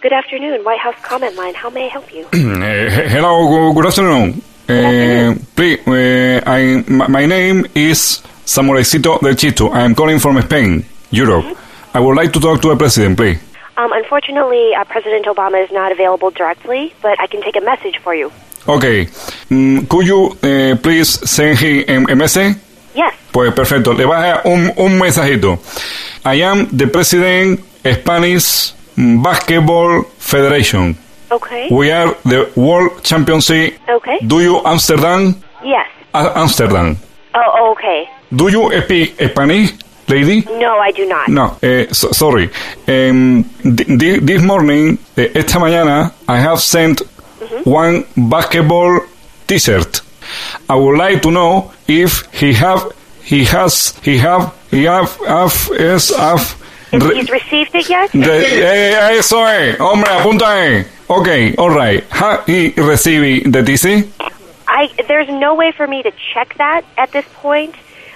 S16: Good afternoon, White House comment line. How may I help you?
S15: Eh, he- hello, good- good afternoon. Eh, please, eh, I, my, my name is Samuraicito del Chito. I am calling from Spain, Europe. I would like to talk to the president, please.
S16: Um, unfortunately, uh, President Obama is not available directly, but I can take a message for you.
S15: Okay. Mm, could you eh, please send him a- a message?
S16: Yes.
S15: Pues perfecto, le baja un, un mensajito. I am the president Spanish Basketball Federation.
S16: Okay.
S15: We are the world championship.
S16: Okay.
S15: Do you Amsterdam?
S16: Yes.
S15: A- Amsterdam.
S16: Oh, okay.
S15: Do you speak Spanish, lady?
S16: No, I do not.
S15: No, eh, so- sorry. Em, thi- thi- this morning, eh, esta mañana, I have sent one basketball T-shirt. I would like to know if he have, he has, he have, he have, have, is, have.
S16: If
S15: re-
S16: he's received it yet?
S15: re- eh, eso es, hombre, apunta ahí. Okay, all right. Ha, he received the TC.
S16: I there's no way for me to check that at this point.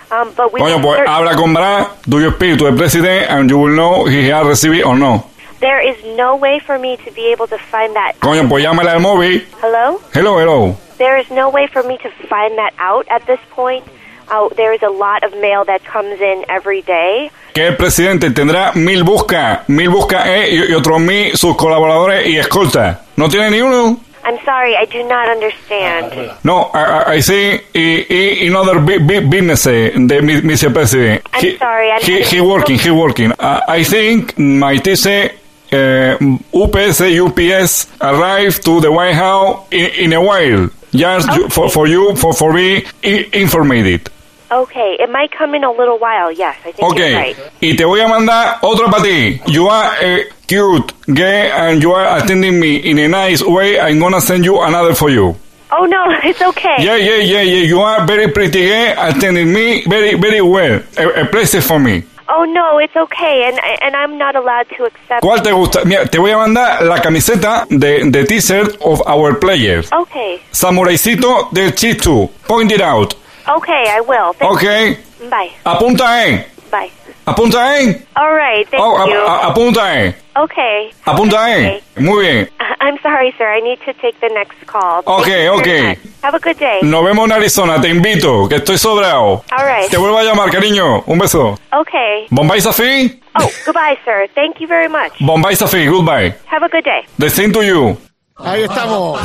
S16: Um, but we
S15: Coño,
S16: can
S15: pues
S16: cer-
S15: habla con Brad, do you speak to the president, and you will know he has received or no.
S16: there is no way for me to be able to find that.
S15: Coño, pues llámale al móvil.
S16: Hello.
S15: Hello, hello.
S16: There is no way for me to find that out at this point. Uh, there is a lot of mail that comes in every day.
S15: Que el presidente tendrá mil buscas, mil buscas eh, y, y otros mil sus colaboradores y escoltas. ¿No tiene ni uno?
S16: I'm sorry, I do not understand.
S15: No, I, I- I see y, y another bi- bi- business eh, de mi- Mr. President.
S16: I'm sorry, I'm-
S15: he, he working, he working. I, I think my TC eh, UPS, UPS arrived to the White House in, in a while. Just you, for, for you, for, for me, i- informated.
S16: Okay, it might come in a little while. Yes, I think
S15: Ok,
S16: you're right.
S15: y te voy a mandar otro para ti. You are eh, cute, gay, and you are attending me in a nice way. I'm gonna send you another for you.
S16: Oh no, it's okay.
S15: Yeah, yeah, yeah, yeah. You are very pretty gay, attending me very, very well. A, a place for me.
S16: Oh no, it's okay, and and I'm not allowed to accept.
S15: ¿Cuál te gusta? Mira, te voy a mandar la camiseta de, de T-shirt of our players.
S16: Okay,
S15: Samuraicito del Chitu. Point it out.
S16: okay, I will. Thank
S15: Okay.
S16: You. Bye.
S15: Apunta en.
S16: Bye.
S15: Apunta en.
S16: All right. Thank
S15: Oh, a-
S16: you.
S15: a- apunta en.
S16: okay.
S15: Apunta E. en. Muy bien.
S16: I'm sorry, sir. I need to take the next call.
S15: Okay,
S16: Thank you very
S15: okay.
S16: much. Have a good day.
S15: Nos vemos en Arizona, te invito, que estoy sobrado.
S16: All right.
S15: Te vuelvo a llamar, cariño. Un beso.
S16: Okay.
S15: Bombay Safi.
S16: Oh, goodbye, sir. Thank you very much.
S15: Bombay Safi, goodbye.
S16: Have a good day.
S15: The same to you.
S5: Ahí estamos.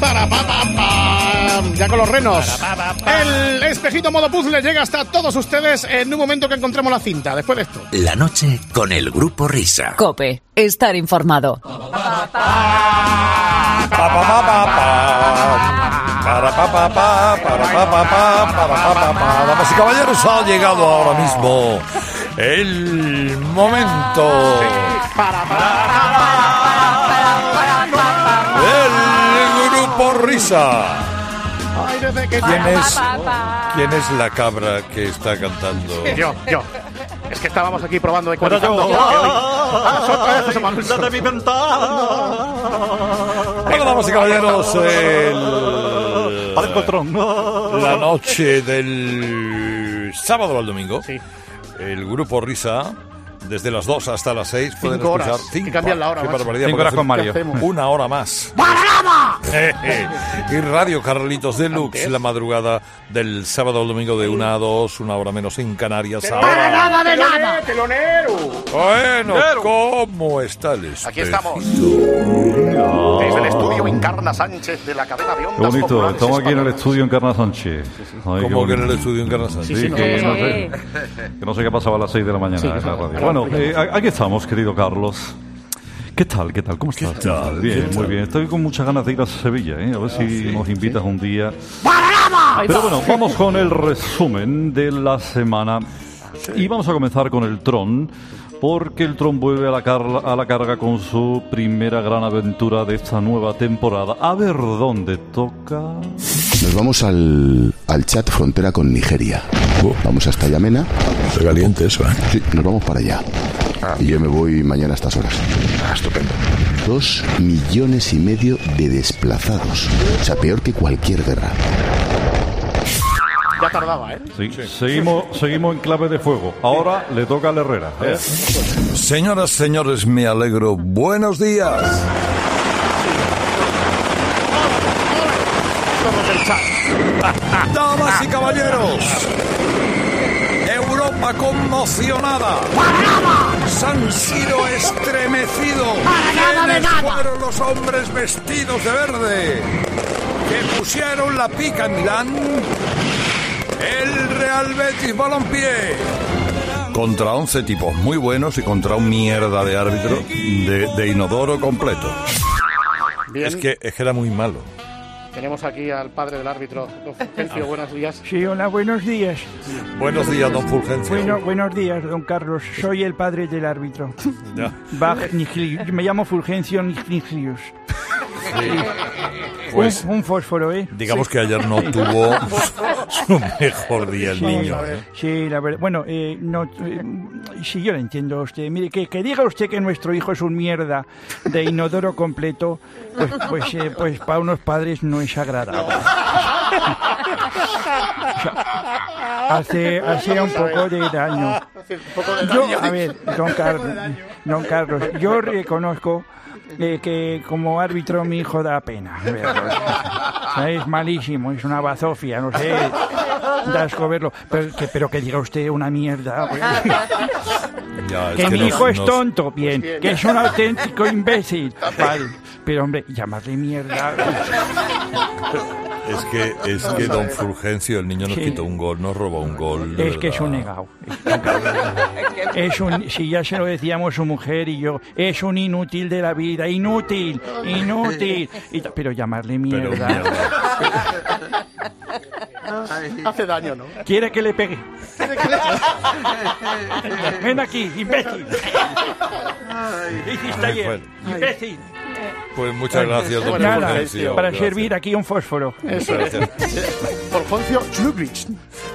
S5: Para, pa, pa, pam. Ya con los renos. El espejito modo puzzle llega hasta todos ustedes en un momento que encontremos la cinta. Después de esto.
S17: La noche con el grupo Risa.
S18: Cope, estar informado.
S19: Para pa pa pa, para pa pa pa, para pa pa pa. Damas y caballeros, ha llegado ahora mismo el momento. El grupo Risa.
S5: Ay, desde que-
S19: ¿Quién es? ¿Quién es la cabra que está cantando?
S5: Yo, yo. Es que estábamos aquí probando de cuatro.
S20: oh.
S19: Bueno, damas y caballeros, el... La noche del sábado al domingo, el grupo Risa, desde las 2 hasta las 6, pueden
S5: Cinco horas,
S19: escuchar
S5: que cambian la hora,
S19: Qué
S5: macho.
S19: barbaridad,
S5: Cinco
S19: porque
S5: horas con Mario.
S19: hacen Una hora más. y Radio Carlitos Deluxe, la madrugada del sábado al domingo de 1 a 2, una hora menos en Canarias. Ahora.
S5: nada de nada. Telonero.
S19: Bueno, ¿cómo está el
S21: Aquí estamos.
S19: espejito?
S21: Es el estudio Encarna Sánchez de la cadena de
S3: Oh. Qué
S21: ondas
S3: bonito,
S21: populares
S3: estamos aquí en el estudio en Carna Sánchez. Ay, qué
S19: ¿Cómo que en el
S3: bonito.
S19: estudio en Carna Sánchez?
S3: Sí,
S19: Sí, sí,
S5: pues,
S3: que,
S19: no,
S3: no
S19: no.
S3: sé, que no sé qué pasaba a las 6 de la mañana
S19: Sí,
S3: en la
S19: claro,
S3: radio.
S19: claro.
S3: Bueno, eh, aquí estamos, querido Carlos. ¿Qué tal? ¿Qué tal? ¿Cómo estás?
S19: tal?
S3: Bien,
S19: ¿Qué
S3: muy
S19: tal?
S3: bien. Estoy con muchas ganas de ir a Sevilla, ¿eh? A ver si nos invitas un día.
S5: Ahí
S3: Pero
S5: va.
S3: bueno, vamos con el resumen de la semana. Y vamos a comenzar con el Tron, porque el Tron vuelve a la, carla- a la carga con su primera gran aventura de esta nueva temporada. A ver dónde toca.
S22: Nos vamos al, al chat frontera con Nigeria. Vamos hasta Yamena. Está Oh. caliente eso, ¿eh? Sí, nos vamos para allá. Y yo me voy mañana a estas horas. Ah, estupendo. Dos millones y medio de desplazados. O sea, peor que cualquier guerra.
S5: Ya tardaba, ¿eh?
S3: Sí, Seguimos, seguimos en clave de fuego. Ahora le toca al Herrera. ¿eh?
S19: Señoras, señores, me alegro. Buenos días. Damas y caballeros, Europa conmocionada. San Siro estremecido.
S23: nada de
S19: ¿Quiénes
S23: nada.
S19: fueron los hombres vestidos de verde que pusieron la pica en Milán? El Real Betis Balompié. Contra 11 tipos muy buenos y contra un mierda de árbitro de, de inodoro completo.
S5: Bien.
S19: Es que, es que era muy malo.
S5: Tenemos aquí al padre del árbitro, don Fulgencio. Buenos días.
S11: Sí, hola, buenos días.
S19: Buenos días, don Fulgencio.
S11: Bueno, buenos días, don Carlos. Soy el padre del árbitro.
S19: Ya.
S11: Bach Nigilius. Me llamo Fulgencio Nigilius.
S19: Pues-
S11: un, un fósforo, ¿eh?
S19: Digamos que ayer no tuvo su mejor día el
S11: Vamos
S19: niño.
S11: a ver.
S19: ¿eh?
S11: Sí, la verdad. Bueno, eh, no, eh, sí, yo la entiendo a usted. Mire, que, que diga usted que nuestro hijo es un mierda de inodoro completo, pues, pues, eh, pues para unos padres no es agradable. Hace, hace un poco de daño. Yo, a ver, don, Car- don Carlos, yo reconozco eh, que como árbitro mi hijo da pena. verlo. O sea, Es malísimo, es una bazofia, no sé, da asco verlo. Pero que, pero que diga usted una mierda. pues.
S19: Ya, Ah, es
S11: que, mi
S19: nos-
S11: hijo es
S19: nos-
S11: tonto, bien,
S17: Pues
S5: Pues,
S11: que es un
S24: Ah,
S11: auténtico imbécil. Vale, pero hombre, llamarle mierda.
S19: Es que, es que don Fulgencio, el niño nos
S11: Sí.
S19: quitó un gol, nos robó un gol. de
S11: Es que es un
S19: verdad.
S11: negado. Es un, si ya se lo decíamos su mujer y yo, es un inútil de la vida, inútil, inútil. Y ta- pero llamarle mierda.
S5: Hace daño, ¿no?
S11: Quiere que le pegue. Ven aquí, imbécil. ¿Qué hiciste
S19: Ay,
S11: ayer?
S19: bueno.
S11: Imbécil.
S19: Pues muchas gracias, don
S11: Nada,
S19: Fulgencio.
S11: para
S19: Gracias.
S11: servir aquí un fósforo.
S19: Eso es.
S5: Fulgencio Schlublich.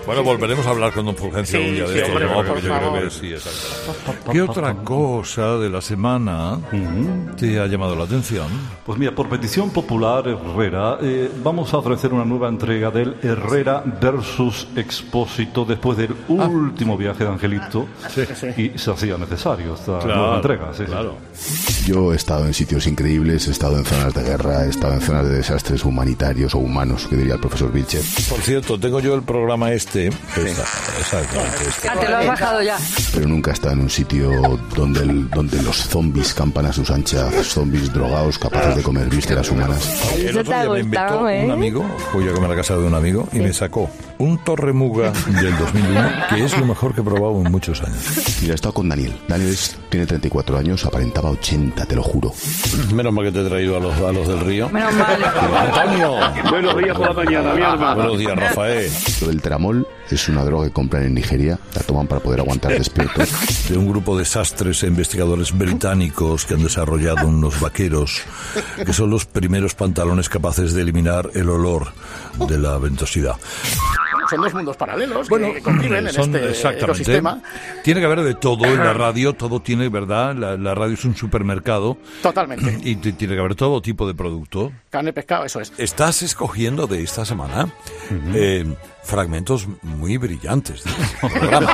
S19: Bueno, volveremos a hablar con don Fulgencio
S11: Sí,
S19: un día de
S11: sí,
S19: estos,
S11: hombre,
S19: ¿no?
S11: por
S19: Porque yo creo
S11: favor.
S19: que sí, exacto. ¿Qué otra cosa de la semana te ha llamado la atención?
S3: Pues mira, por petición popular, Herrera, eh, vamos a ofrecer una nueva entrega del Herrera versus Expósito después del
S19: Ah.
S3: último viaje de Angelito. Y se hacía necesario esta
S19: Claro,
S3: nueva entrega. sí, sí.
S22: Yo he estado en sitios increíbles, he estado en zonas de guerra, he estado en zonas de desastres humanitarios o humanos, que diría el profesor Vilcher.
S19: Por cierto, tengo yo el programa este. Esta- exactamente, este. esta.
S24: Ah, te lo has bajado ya.
S22: Pero nunca he estado en un sitio donde, el- donde los zombies campan a sus anchas, zombies drogados capaces de comer vísceras humanas.
S19: El
S25: Eso
S19: otro
S25: te ha
S19: día me invitó
S25: gustado, ¿eh?
S19: un amigo, fui a comer a casa de un amigo y me sacó un torremuga del 2001, que es lo mejor que he probado en muchos años.
S22: Mira, he estado con Daniel. Daniel es- tiene 34 años, aparentaba 80, te lo juro.
S19: Menos mal que te he traído a los, a los del río.
S25: Menos mal.
S19: Antonio.
S25: Buenos días por la mañana, mi alma.
S19: Buenos días, Rafael.
S22: Lo del tramol es una droga que compran en Nigeria, la toman para poder aguantar despierto.
S19: De un grupo de sastres e investigadores británicos que han desarrollado unos vaqueros, que son los primeros pantalones capaces de eliminar el olor de la ventosidad.
S5: Son dos mundos paralelos que conviven en
S19: Son-
S5: este
S19: exactamente.
S5: ecosistema.
S19: Tiene que haber de todo en la radio, todo tiene, ¿verdad? La, la radio es un supermercado.
S5: Totalmente.
S19: Y t- tiene que haber todo tipo de producto.
S5: Carne, pescado, eso es.
S17: Estás escogiendo de esta semana eh, fragmentos muy brillantes.
S19: este
S17: del programa.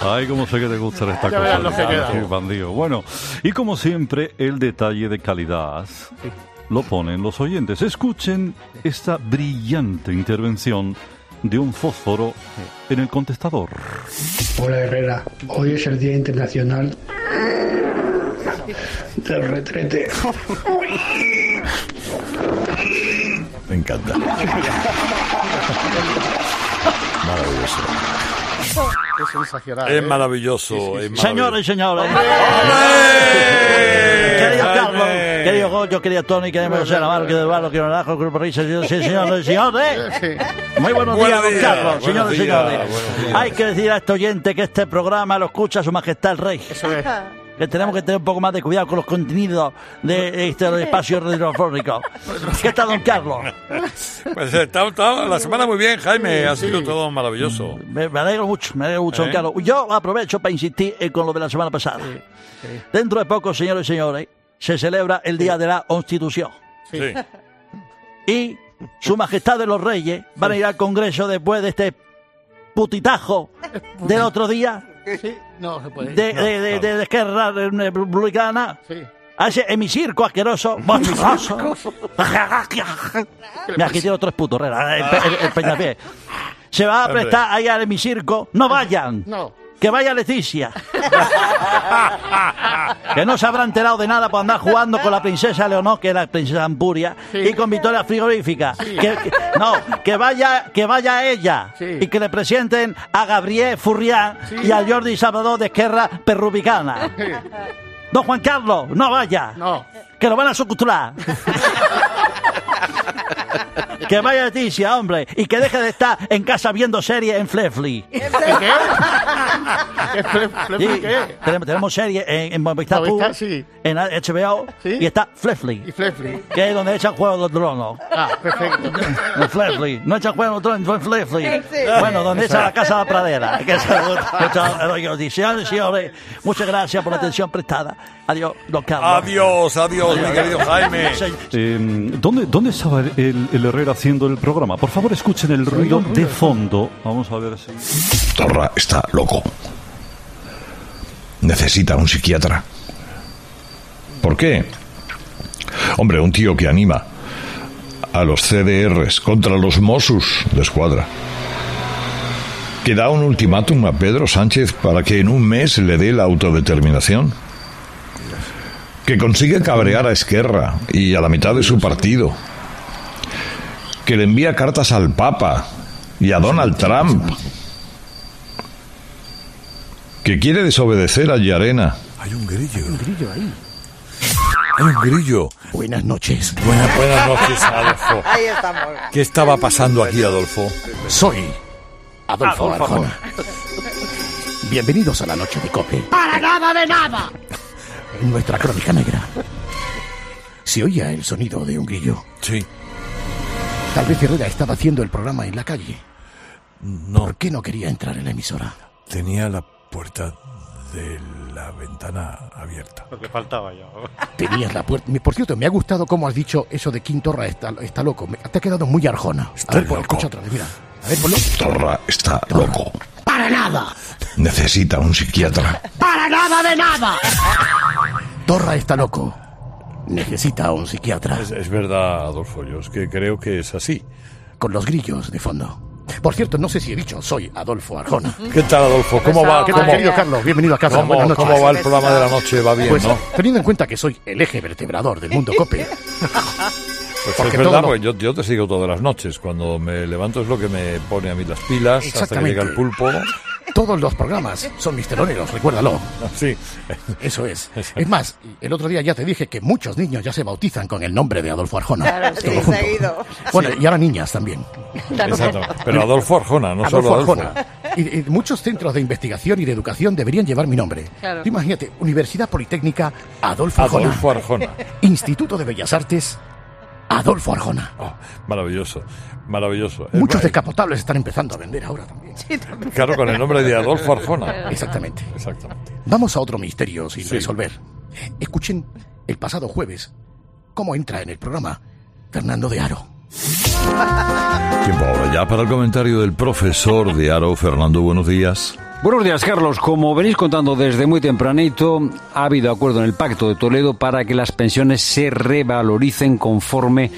S3: Ay, cómo sé que te gustan estas
S17: Ya
S3: cosas.
S17: verás lo que queda.
S3: Qué bandido. Bueno, y como siempre, el detalle de calidad lo ponen los oyentes. Escuchen esta brillante intervención de un fósforo en el contestador.
S26: Hola Herrera, hoy es el Día Internacional del Retrete.
S19: Me encanta. Maravilloso.
S5: Es ¿eh? sensacional.
S19: Es maravilloso. es maravilloso.
S13: Señores y señores. Querido Carlos, querido Goyo, querido Tony, querido José Navarro, querido Eduardo, querido Naranjo, Grupo Risa, señores y señores. señores. Muy buenos
S17: Buenos
S13: días, don
S17: días,
S13: Carlos,
S17: buenos
S13: señores y
S17: días,
S13: señores.
S17: buenos días.
S13: Hay que decir a este oyente que este programa lo escucha su majestad el rey. Que tenemos que tener un poco más de cuidado con los contenidos de este espacio radiofónico. ¿Qué tal, don Carlos?
S19: Pues está, está la semana muy bien, Jaime. Ha sido todo maravilloso.
S13: Me, me alegro mucho, me alegro mucho,
S19: ¿Eh?
S13: don Carlos. Yo aprovecho para insistir eh, con lo de la semana pasada. Dentro de poco, señores y señores, se celebra el Día de la Constitución.
S19: Sí.
S13: Y Su Majestad de los Reyes van a ir al Congreso después de este putitajo del otro día
S5: Sí, Pues, no se puede.
S13: de, de, de, de- de Esquerra Republicana. A ese hemicirco asqueroso, monstruoso. Me agité otro esputo, Herrera, el, pe- el- el Peñapié. Se va a
S5: Hombre.
S13: prestar ahí al hemicirco. No vayan.
S5: No.
S13: Que vaya Leticia. que no se habrá enterado de nada por andar jugando con la princesa Leonor, que es la princesa Ampuria, y con Victoria Frigorífica. Que, que- no, que vaya, que vaya ella y que le presenten a Gabriel Furrián y a Jordi Salvador de Esquerra Perrubicana. Don Juan Carlos, no vaya.
S5: No.
S13: Que lo van a sucutular. que vaya Leticia, hombre, y que deje de estar en casa viendo series en Flefli.
S5: ¿Qué flef- flef-
S13: Sí,
S5: qué?
S13: Tenemos, tenemos series en, en Movistar
S5: Movistar,
S13: Plus, en HBO, y está Flefli,
S5: Y Flefli.
S13: que es donde echan juego los drones.
S5: Ah, perfecto.
S13: En Flefli. No echan juego los drones, en Flefli.
S5: Sí.
S13: Bueno, donde
S5: Eso
S13: echa
S5: es.
S13: la casa de la pradera. Que es el- mucho- yo digo, señores, señores, muchas gracias por la atención prestada. Adiós, don Carlos.
S19: Adiós, adiós, mi querido Jaime.
S3: Eh, ¿dónde, ¿Dónde estaba el, el Herrera haciendo el programa? Por favor, escuchen el ruido de fondo. Vamos a ver si...
S27: Torra está loco. Necesita un psiquiatra. ¿Por qué? Hombre, un tío que anima a los CDRs contra los Mossus de escuadra. Que da un ultimátum a Pedro Sánchez para que en un mes le dé la autodeterminación. Que consigue cabrear a Esquerra y a la mitad de su partido.
S28: que le envía cartas al Papa y a Donald Trump, que quiere desobedecer a Yarena.
S19: Hay un grillo.
S5: Un grillo ahí.
S19: Hay un grillo.
S5: Buenas noches.
S19: Buenas, buenas noches, Adolfo.
S12: Ahí estamos.
S19: ¿Qué estaba pasando aquí, Adolfo?
S5: Soy Adolfo,
S19: Adolfo
S5: Arjona. Bienvenidos a la noche de Cope,
S9: Para nada de nada.
S5: en nuestra crónica negra. Se oía el sonido de un grillo.
S19: Sí.
S5: Tal vez Herrera estaba haciendo el programa en la calle.
S19: No.
S5: ¿Por qué no quería entrar en la emisora?
S19: Tenía la puerta de la ventana abierta.
S29: Lo que faltaba ya.
S5: Tenías la puerta. Por cierto, me ha gustado cómo has dicho eso de Quintorra está, está loco. Me- te ha quedado muy arjona. a ver, pon- escucha otra vez, mira. A ver, ponlo.
S28: Torra está loco.
S9: Para nada.
S28: Necesita un psiquiatra.
S9: Para nada de nada.
S5: Torra está loco. Necesita a un psiquiatra.
S19: Es, es verdad, Adolfo, yo es que creo que es así.
S5: Con los grillos de fondo. Por cierto, no sé si he dicho, soy Adolfo Arjona.
S19: ¿Qué tal, Adolfo?
S12: Pues
S19: ¿Cómo va?
S5: ¿Qué tal,
S19: ¿Cómo-
S5: querido Carlos? Bienvenido a casa.
S19: ¿Cómo,
S5: Buenas noches.
S19: cómo va el programa de la noche? ¿Va bien,
S5: Pues,
S19: no?
S5: teniendo en cuenta que soy el eje vertebrador del mundo COPE,
S19: Pues
S5: porque
S19: es verdad,
S5: todo lo-
S19: porque yo, yo te sigo todas las noches. Cuando me levanto es lo que me pone a mí las pilas hasta que llega el
S5: Exactamente.
S19: pulpo.
S5: todos los programas son mis teloneros, recuérdalo.
S19: Sí.
S5: Eso es. Es más, el otro día ya te dije que muchos niños ya se bautizan con el nombre de Adolfo Arjona.
S12: Claro, sí,
S5: Todo junto.
S12: seguido.
S5: Bueno, y ahora niñas también.
S19: Exacto. Pero Adolfo Arjona, no solo Adolfo.
S5: Arjona. Y, y muchos centros de investigación y de educación deberían llevar mi nombre.
S19: Claro.
S5: Tú Imagínate, Universidad Politécnica Adolfo Arjona.
S19: Adolfo Arjona.
S5: Instituto de Bellas Artes Adolfo Arjona.
S19: Maravilloso, maravilloso. Es
S5: Muchos
S19: ma-
S5: descapotables están empezando a vender ahora también.
S19: Claro, con el nombre de Adolfo Arjona.
S5: Exactamente.
S19: Exactamente.
S5: Vamos a otro misterio sin resolver. Escuchen el pasado jueves cómo entra en el programa Fernando de Aro.
S19: Tiempo ahora ya para el comentario del profesor de Aro, Fernando, buenos días.
S30: Buenos días, Carlos. Como venís contando desde muy tempranito, ha habido acuerdo en el Pacto de Toledo para que las pensiones se revaloricen conforme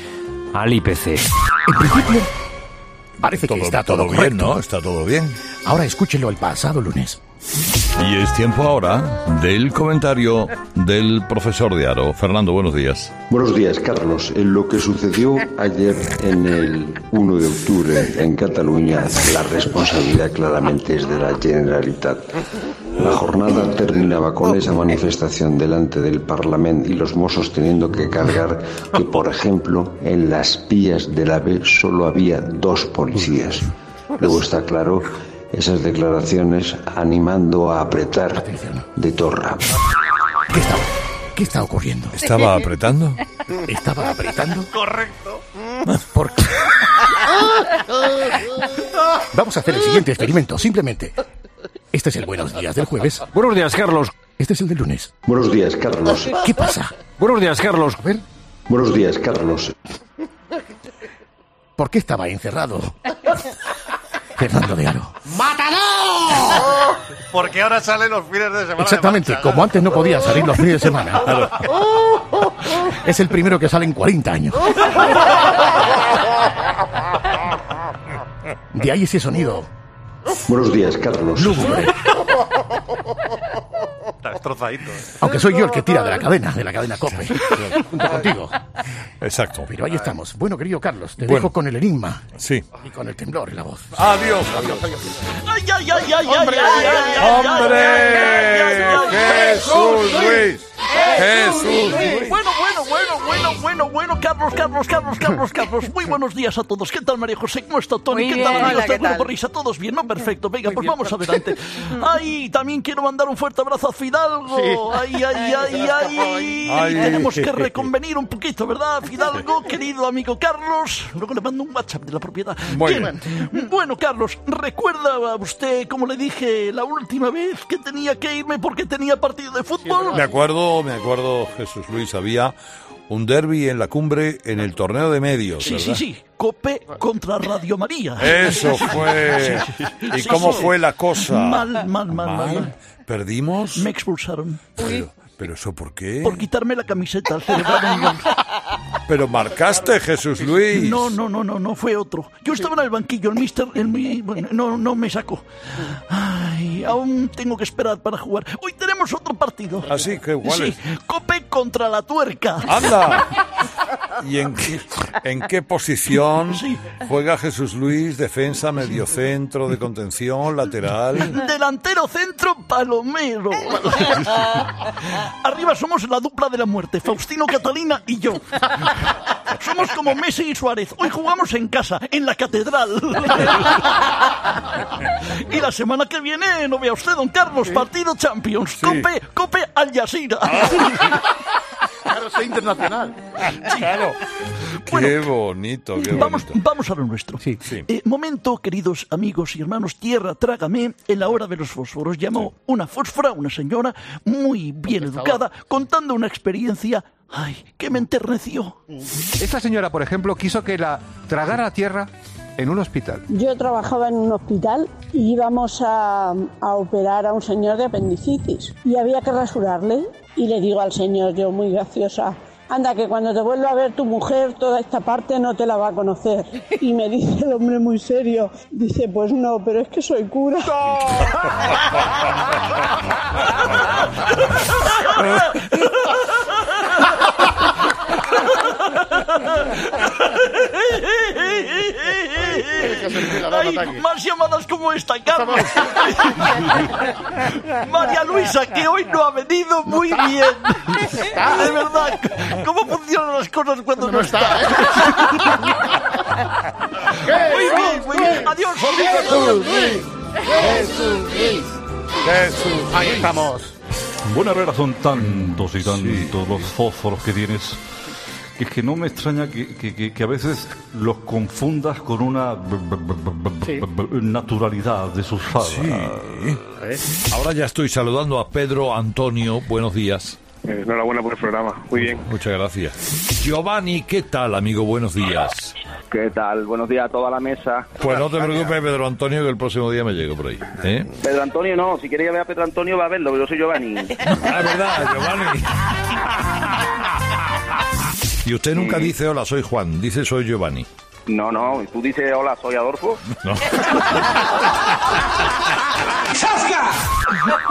S30: al IPC.
S5: Parece que está todo,
S19: bien, ¿no? Está todo bien.
S5: Ahora escúchenlo el pasado lunes.
S28: Y es tiempo ahora del comentario del profesor de Aro. Fernando, buenos días.
S31: Buenos días, Carlos. En lo que sucedió ayer en el 1 de octubre en Cataluña, la responsabilidad claramente es de la Generalitat. La jornada terminaba con esa manifestación delante del Parlamento y los mozos teniendo que cargar que, por ejemplo, en las pías del AVE solo había dos policías. Luego está claro esas declaraciones animando a apretar de Torra.
S5: ¿Qué está ocurriendo?
S19: ¿Estaba apretando?
S5: ¿Estaba apretando?
S17: Correcto.
S5: Porque vamos a hacer el siguiente experimento, simplemente. Este es el Buenos Días del jueves.
S30: Buenos días, Carlos.
S5: Este es el del lunes.
S31: Buenos días, Carlos.
S5: ¿Qué pasa?
S30: Buenos días, Carlos.
S31: Buenos días, Carlos.
S5: ¿Por qué estaba encerrado? Fernando de Aro.
S17: ¡Mátalo! Porque ahora salen los fines de semana. de
S5: Exactamente,
S17: marcha.
S5: como antes no podía salir los fines de semana. Es el primero que sale en 40 años. De ahí ese sonido.
S31: Buenos días, Carlos.
S5: lúgubre.
S17: Está destrozadito. ¿eh?
S5: Aunque soy yo el que tira de la cadena, de la cadena COPE. eh, Junto contigo.
S19: Exacto.
S5: Pero ahí estamos. Bueno, querido Carlos, te
S19: Bueno.
S5: dejo con el enigma.
S19: Sí.
S5: Y con el temblor en la voz.
S19: Adiós.
S17: ¡Ay, ay, ay, ay,
S9: Hombre,
S17: ay, ay, ay, ay, ay, ay, ay,
S9: Jesús Luis.
S17: Jesús Luis.
S9: Bueno, bueno, bueno, bueno, bueno, bueno, Carlos, Carlos, Carlos, Carlos, Carlos. Muy buenos días a todos. ¿Qué tal, María José? ¿Cómo está Tony?
S12: Muy
S9: ¿Qué tal,
S12: bien,
S9: amigos
S12: hola,
S9: del
S12: ¿qué tal?
S9: Grupo Risa? ¿Todos bien? No, perfecto. Venga, pues vamos adelante. Ay, también quiero mandar un fuerte abrazo a Fidalgo.
S12: Sí.
S9: Ay, ay, ay, ay.
S12: Ay.
S9: Tenemos que reconvenir un poquito, ¿verdad, Fidalgo, querido amigo Carlos? Luego le mando un WhatsApp de la propiedad.
S19: Muy
S9: Bueno, Carlos, ¿recuerda a usted, como le dije la última vez, que tenía que irme porque tenía partido de fútbol?
S19: Me acuerdo, me acuerdo, Jesús Luis, había un derby en la cumbre en el torneo de medios.
S9: Sí, sí,
S19: ¿verdad?
S9: sí. Cope contra Radio María.
S19: Eso fue.
S9: Sí, sí,
S19: ¿Y
S9: sí,
S19: cómo
S9: sí.
S19: fue la cosa?
S9: Mal, mal, mal, mal, mal.
S19: ¿Perdimos?
S9: Me expulsaron
S19: Pero, pero eso por qué?
S9: por quitarme la camiseta al celebrar un gol.
S19: Pero marcaste, Jesús Luis.
S9: No, no, no, no, no fue otro. Yo estaba en el banquillo, el mister, el mi- bueno, no, no me sacó. Ay, aún tengo que esperar para jugar. Hoy
S19: Ah,
S9: tenemos otro partido.
S19: Así que igual
S9: Sí, Cope contra la tuerca.
S19: ¡Anda! ¿Y en qué, en qué posición juega Jesús Luis? Defensa, mediocentro, de contención, lateral.
S9: Delantero centro palomero. Arriba somos la dupla de la muerte, Faustino Catalina y yo. Somos como Messi y Suárez. Hoy jugamos en casa, en la catedral. Y la semana que viene, no vea usted, don Carlos, partido Champions. Cope, Cope Al Jazeera.
S17: Ah. Claro, soy internacional.
S19: Claro. qué bonito, qué
S9: Vamos,
S19: bonito.
S9: vamos a lo nuestro. Eh, momento, queridos amigos y hermanos, tierra, trágame. En la hora de los fósforos llamó una fósfora, una señora muy bien educada, contando una experiencia. ¡Ay, que me enterneció!
S4: Mm. Esta señora, por ejemplo, quiso que la tragara tierra en un hospital.
S6: Yo trabajaba en un hospital y íbamos a, a operar a un señor de apendicitis y había que rasurarle y le digo al señor, yo muy graciosa, anda que cuando te vuelva a ver tu mujer toda esta parte no te la va a conocer. Y me dice el hombre muy serio, dice, pues no, pero es que soy cura.
S9: Ay, más llamadas como esta, Carlos. María Luisa, que hoy no ha venido muy bien. De verdad, ¿cómo funcionan las cosas cuando no, está? muy bien, muy bien. Adiós.
S5: Ahí estamos.
S3: Buena Herrera son tantos y tantos los fósforos que tienes. que Es que no me extraña que, que- que- que a veces los confundas con una b- b- b- b- b- naturalidad de sus
S19: Ahora ya estoy saludando a Pedro Antonio. Buenos días.
S32: Enhorabuena por el programa. Muy bien.
S19: Muchas gracias. Giovanni, ¿qué tal, amigo? Buenos días.
S8: ¿Qué tal? Buenos días a toda la mesa.
S19: Pues no te preocupes, Pedro Antonio, que el próximo día me llego por ahí. ¿eh?
S8: Pedro Antonio no, si queréis ver a Pedro Antonio va a verlo, pero yo soy Giovanni.
S19: Ah, es verdad, Giovanni. Y usted nunca dice hola, soy Juan, dice soy Giovanni.
S8: No, no, tú dices hola, soy Adolfo.
S19: No.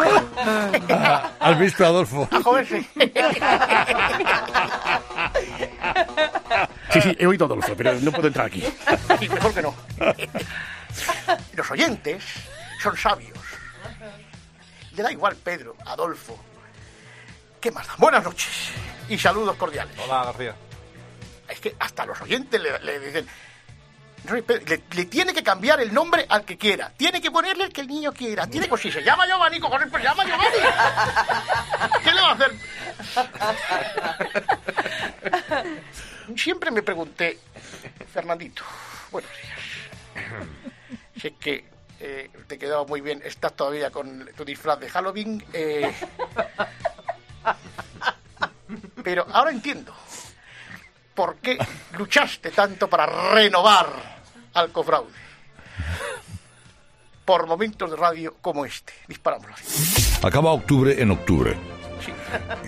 S19: Ah, ¿Has visto, Adolfo?
S17: Sí, sí, he oído a Adolfo, pero no puedo entrar aquí.
S5: Y mejor que no.
S17: Los oyentes son sabios.
S5: Le da igual Pedro, Adolfo. ¿Qué más da? Buenas noches y saludos cordiales.
S32: Hola, García.
S5: Es que hasta los oyentes le, le dicen... "No, Pedro", Le, le tiene que cambiar el nombre al que quiera. Tiene que ponerle el que el niño quiera. Tiene que... Si se ¿eh? llama Giovanni, cojones, pues llama Giovanni. ¿Qué le va a hacer? Siempre me pregunté, Fernandito, buenos días. Si es que eh, te quedaba muy bien, estás todavía con tu disfraz de Halloween. eh, pero ahora entiendo por qué luchaste tanto para renovar al cofraude. Por momentos de radio como este. Disparamos.
S19: Acaba octubre en octubre.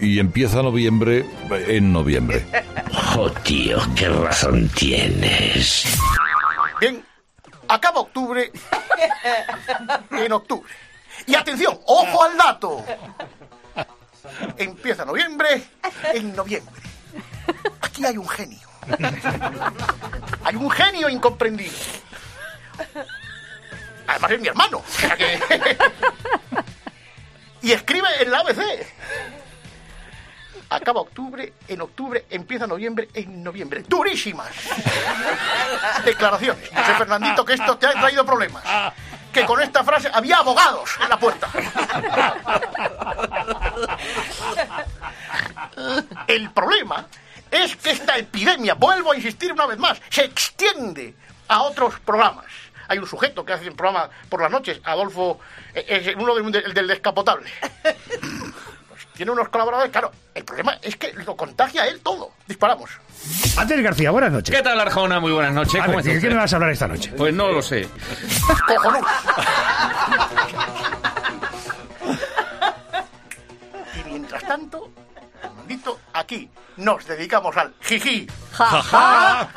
S19: Y empieza noviembre en noviembre.
S1: Oh, tío, qué razón tienes.
S5: Bien, acaba octubre en octubre. Y atención, ojo al dato. Empieza noviembre en noviembre. Aquí hay un genio. Hay un genio incomprendido. Además es mi hermano. o sea que- y escribe en la ABC. Acaba octubre, en octubre empieza noviembre, en noviembre. Durísimas declaraciones. Dice Fernandito que esto te ha traído problemas. Que con esta frase había abogados en la puerta. El problema es que esta epidemia, vuelvo a insistir una vez más, se extiende a otros programas. Hay un sujeto que hace un programa por las noches, Adolfo, eh, es uno de- del, del descapotable. Pues tiene unos colaboradores, claro, el problema es que lo contagia él todo. Disparamos.
S8: Andrés García, buenas noches.
S20: ¿Qué tal, Arjona? Muy buenas noches.
S8: A
S20: ¿Cómo
S8: ver,
S20: está
S8: ¿De qué
S20: usted?
S8: me vas a hablar esta noche?
S20: Pues no lo sé.
S5: Cojonudo. Y mientras tanto, Fernandito, aquí nos dedicamos al jiji, jaja.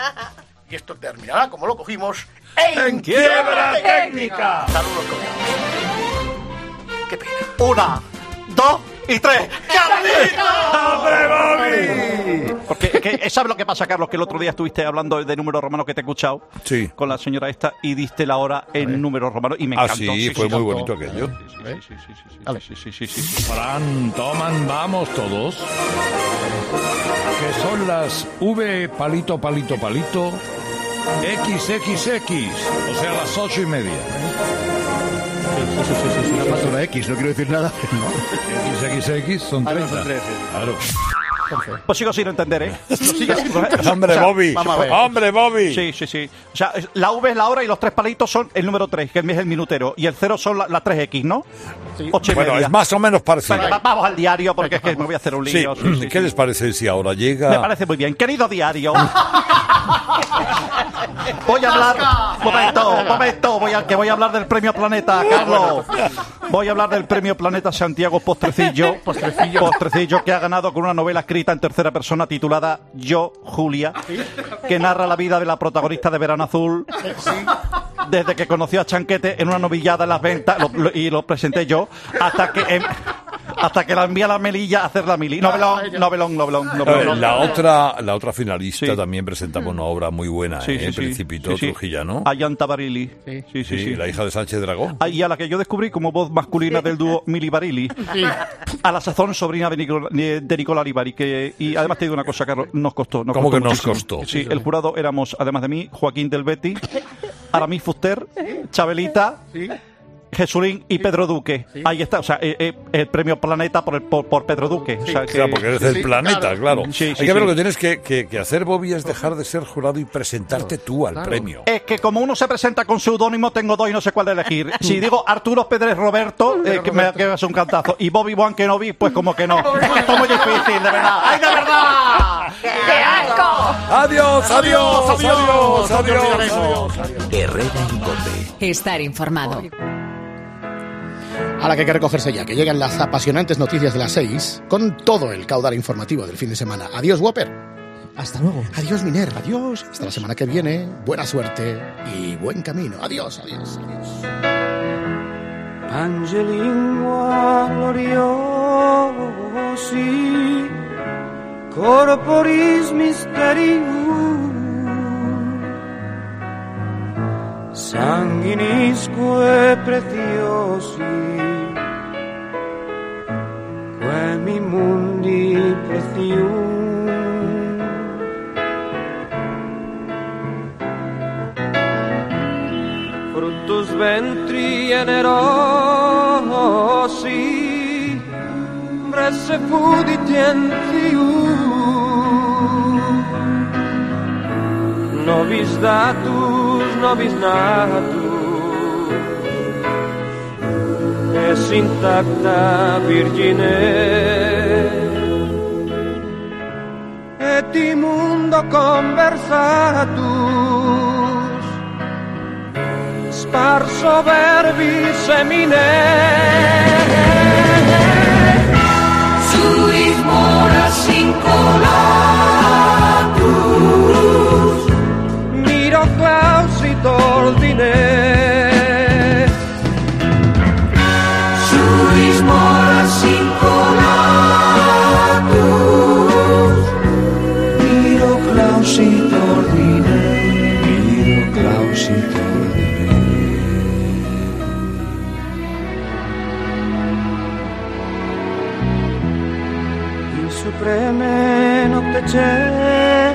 S5: Y esto terminará como lo cogimos en,
S7: En quiebra técnica.
S5: Saludos. Qué pena. Una, dos y tres.
S7: ¡Carlito! ¡Abre, Bobby!
S20: Porque es que, eh, ¿sabes lo que pasa, Carlos? Que el otro día estuviste hablando de números romanos que te he escuchado
S19: sí.
S20: con la señora esta y diste la hora en números romanos y me
S19: Ah,
S20: encantó.
S19: sí, fue muy bonito aquello.
S20: Sí, sí, sí, sí, sí, sí, sí, sí, sí.
S19: Fran, toman, vamos todos. Que son las V palito, palito, palito, XXX, o sea, las ocho y media.
S17: Una falta una X, no quiero decir nada.
S19: XXX son
S17: Ah, no,
S19: 30.
S17: son 13.
S19: Claro.
S20: Pues sigo sin entender, ¿eh? Lo sigo sin-
S19: Hombre, Bobby.
S20: vamos a ver.
S19: Hombre, Bobby.
S20: Sí, sí, sí. O sea, es- la V es la hora y los tres palitos son el número 3, que es el minutero. Y el 0 son la- las 3X, ¿no? Ocho y
S19: Bueno,
S20: media.
S19: es más o menos parecido.
S20: Vale, va- vamos al diario porque es que me voy a hacer un
S19: Sí.
S20: lío. sí, sí,
S19: ¿Qué les parece si ahora llega?
S20: Me parece muy bien. Querido diario. voy a hablar. Momento, momento. Voy a, que voy a hablar del premio Planeta, Carlos. Voy a hablar del premio Planeta Santiago Postrecillo. Postrecillo. que ha ganado con una novela escrita en tercera persona titulada Yo, Julia, que narra la vida de la protagonista de Verano Azul desde que conoció a Chanquete en una novillada en las ventas lo- lo- y lo presenté yo hasta que em, hasta que la envía a la melilla a hacer la mili. Novelón, novelón, novelón,
S19: A ver,
S20: novelón.
S19: la otra, la otra finalista también presentaba una obra muy buena,
S20: Sí,
S19: ¿eh?
S20: sí, sí.
S19: Principito
S20: Sí, sí.
S19: Trujillano.
S20: Ayanta Barili. Sí, sí, sí.
S19: Sí, la hija de Sánchez Dragón.
S20: Ah, Y a la que yo descubrí como voz masculina del dúo Mili Barili. A la sazón sobrina de, Nicola, de Nicola Libari. Que, y además te digo una cosa, Carlos, nos costó. Nos
S19: ¿Cómo
S20: costó
S19: que nos
S20: muchísimo.
S19: costó?
S20: Sí, el jurado éramos, además de mí, Joaquín del Betty, Aramis Fuster, Chabelita, Jesulín y Pedro Duque. Ahí está, o sea, eh, eh, el premio Planeta por, el- por, por Pedro Duque. O sea, que-
S19: Claro, porque eres del planeta, claro.
S20: Sí,
S19: Hay
S20: sí,
S19: que ver
S20: sí.
S19: lo que tienes que, que- que hacer, Bobby, es dejar de ser jurado y presentarte tú al premio.
S20: Es que como uno se presenta con seudónimo, tengo dos y no sé cuál elegir. Si digo Arturo Pérez Roberto, eh, que me que es un cantazo. Y Bobby Juan Kenobi, pues como que no. Es que esto es muy difícil, de verdad. ¡Ay, de verdad! ¡Qué asco!
S19: Adiós,
S2: adiós, adiós, adiós.
S5: Herrera y Cope.
S2: Estar informado.
S17: A la que hay que recogerse ya, que llegan las apasionantes noticias de las 6 con todo el caudal informativo del fin de semana. Adiós, Whopper. Hasta luego. Adiós, Miner. Adiós. Hasta la semana que viene. Buena suerte y buen camino. Adiós, adiós.
S33: lingua gloriosi corporis mysterium sanguinisque preciosi quemi mundi precium fructus ventri generosi resse puditientium nobis datus nobis natus es intacta virgine et immundo conversatus sparso verbi semine. Suis moras incolatus, miro clausit ordine. Suis moras incolatus, miro clausit ordine. Miro clausit in supreme notte cene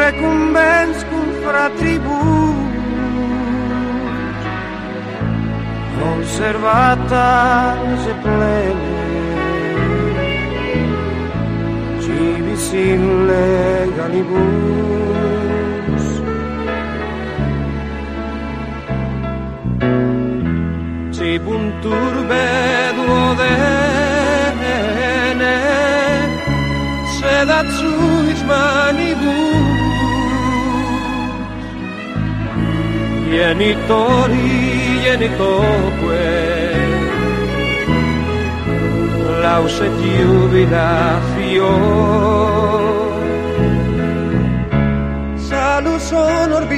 S33: recumbens cum fratribus observatas e plene civis in legalibus Sibum turbe duodene, sedat suis manibus. Genitori genitoque, lauset jubilatio. Salus honor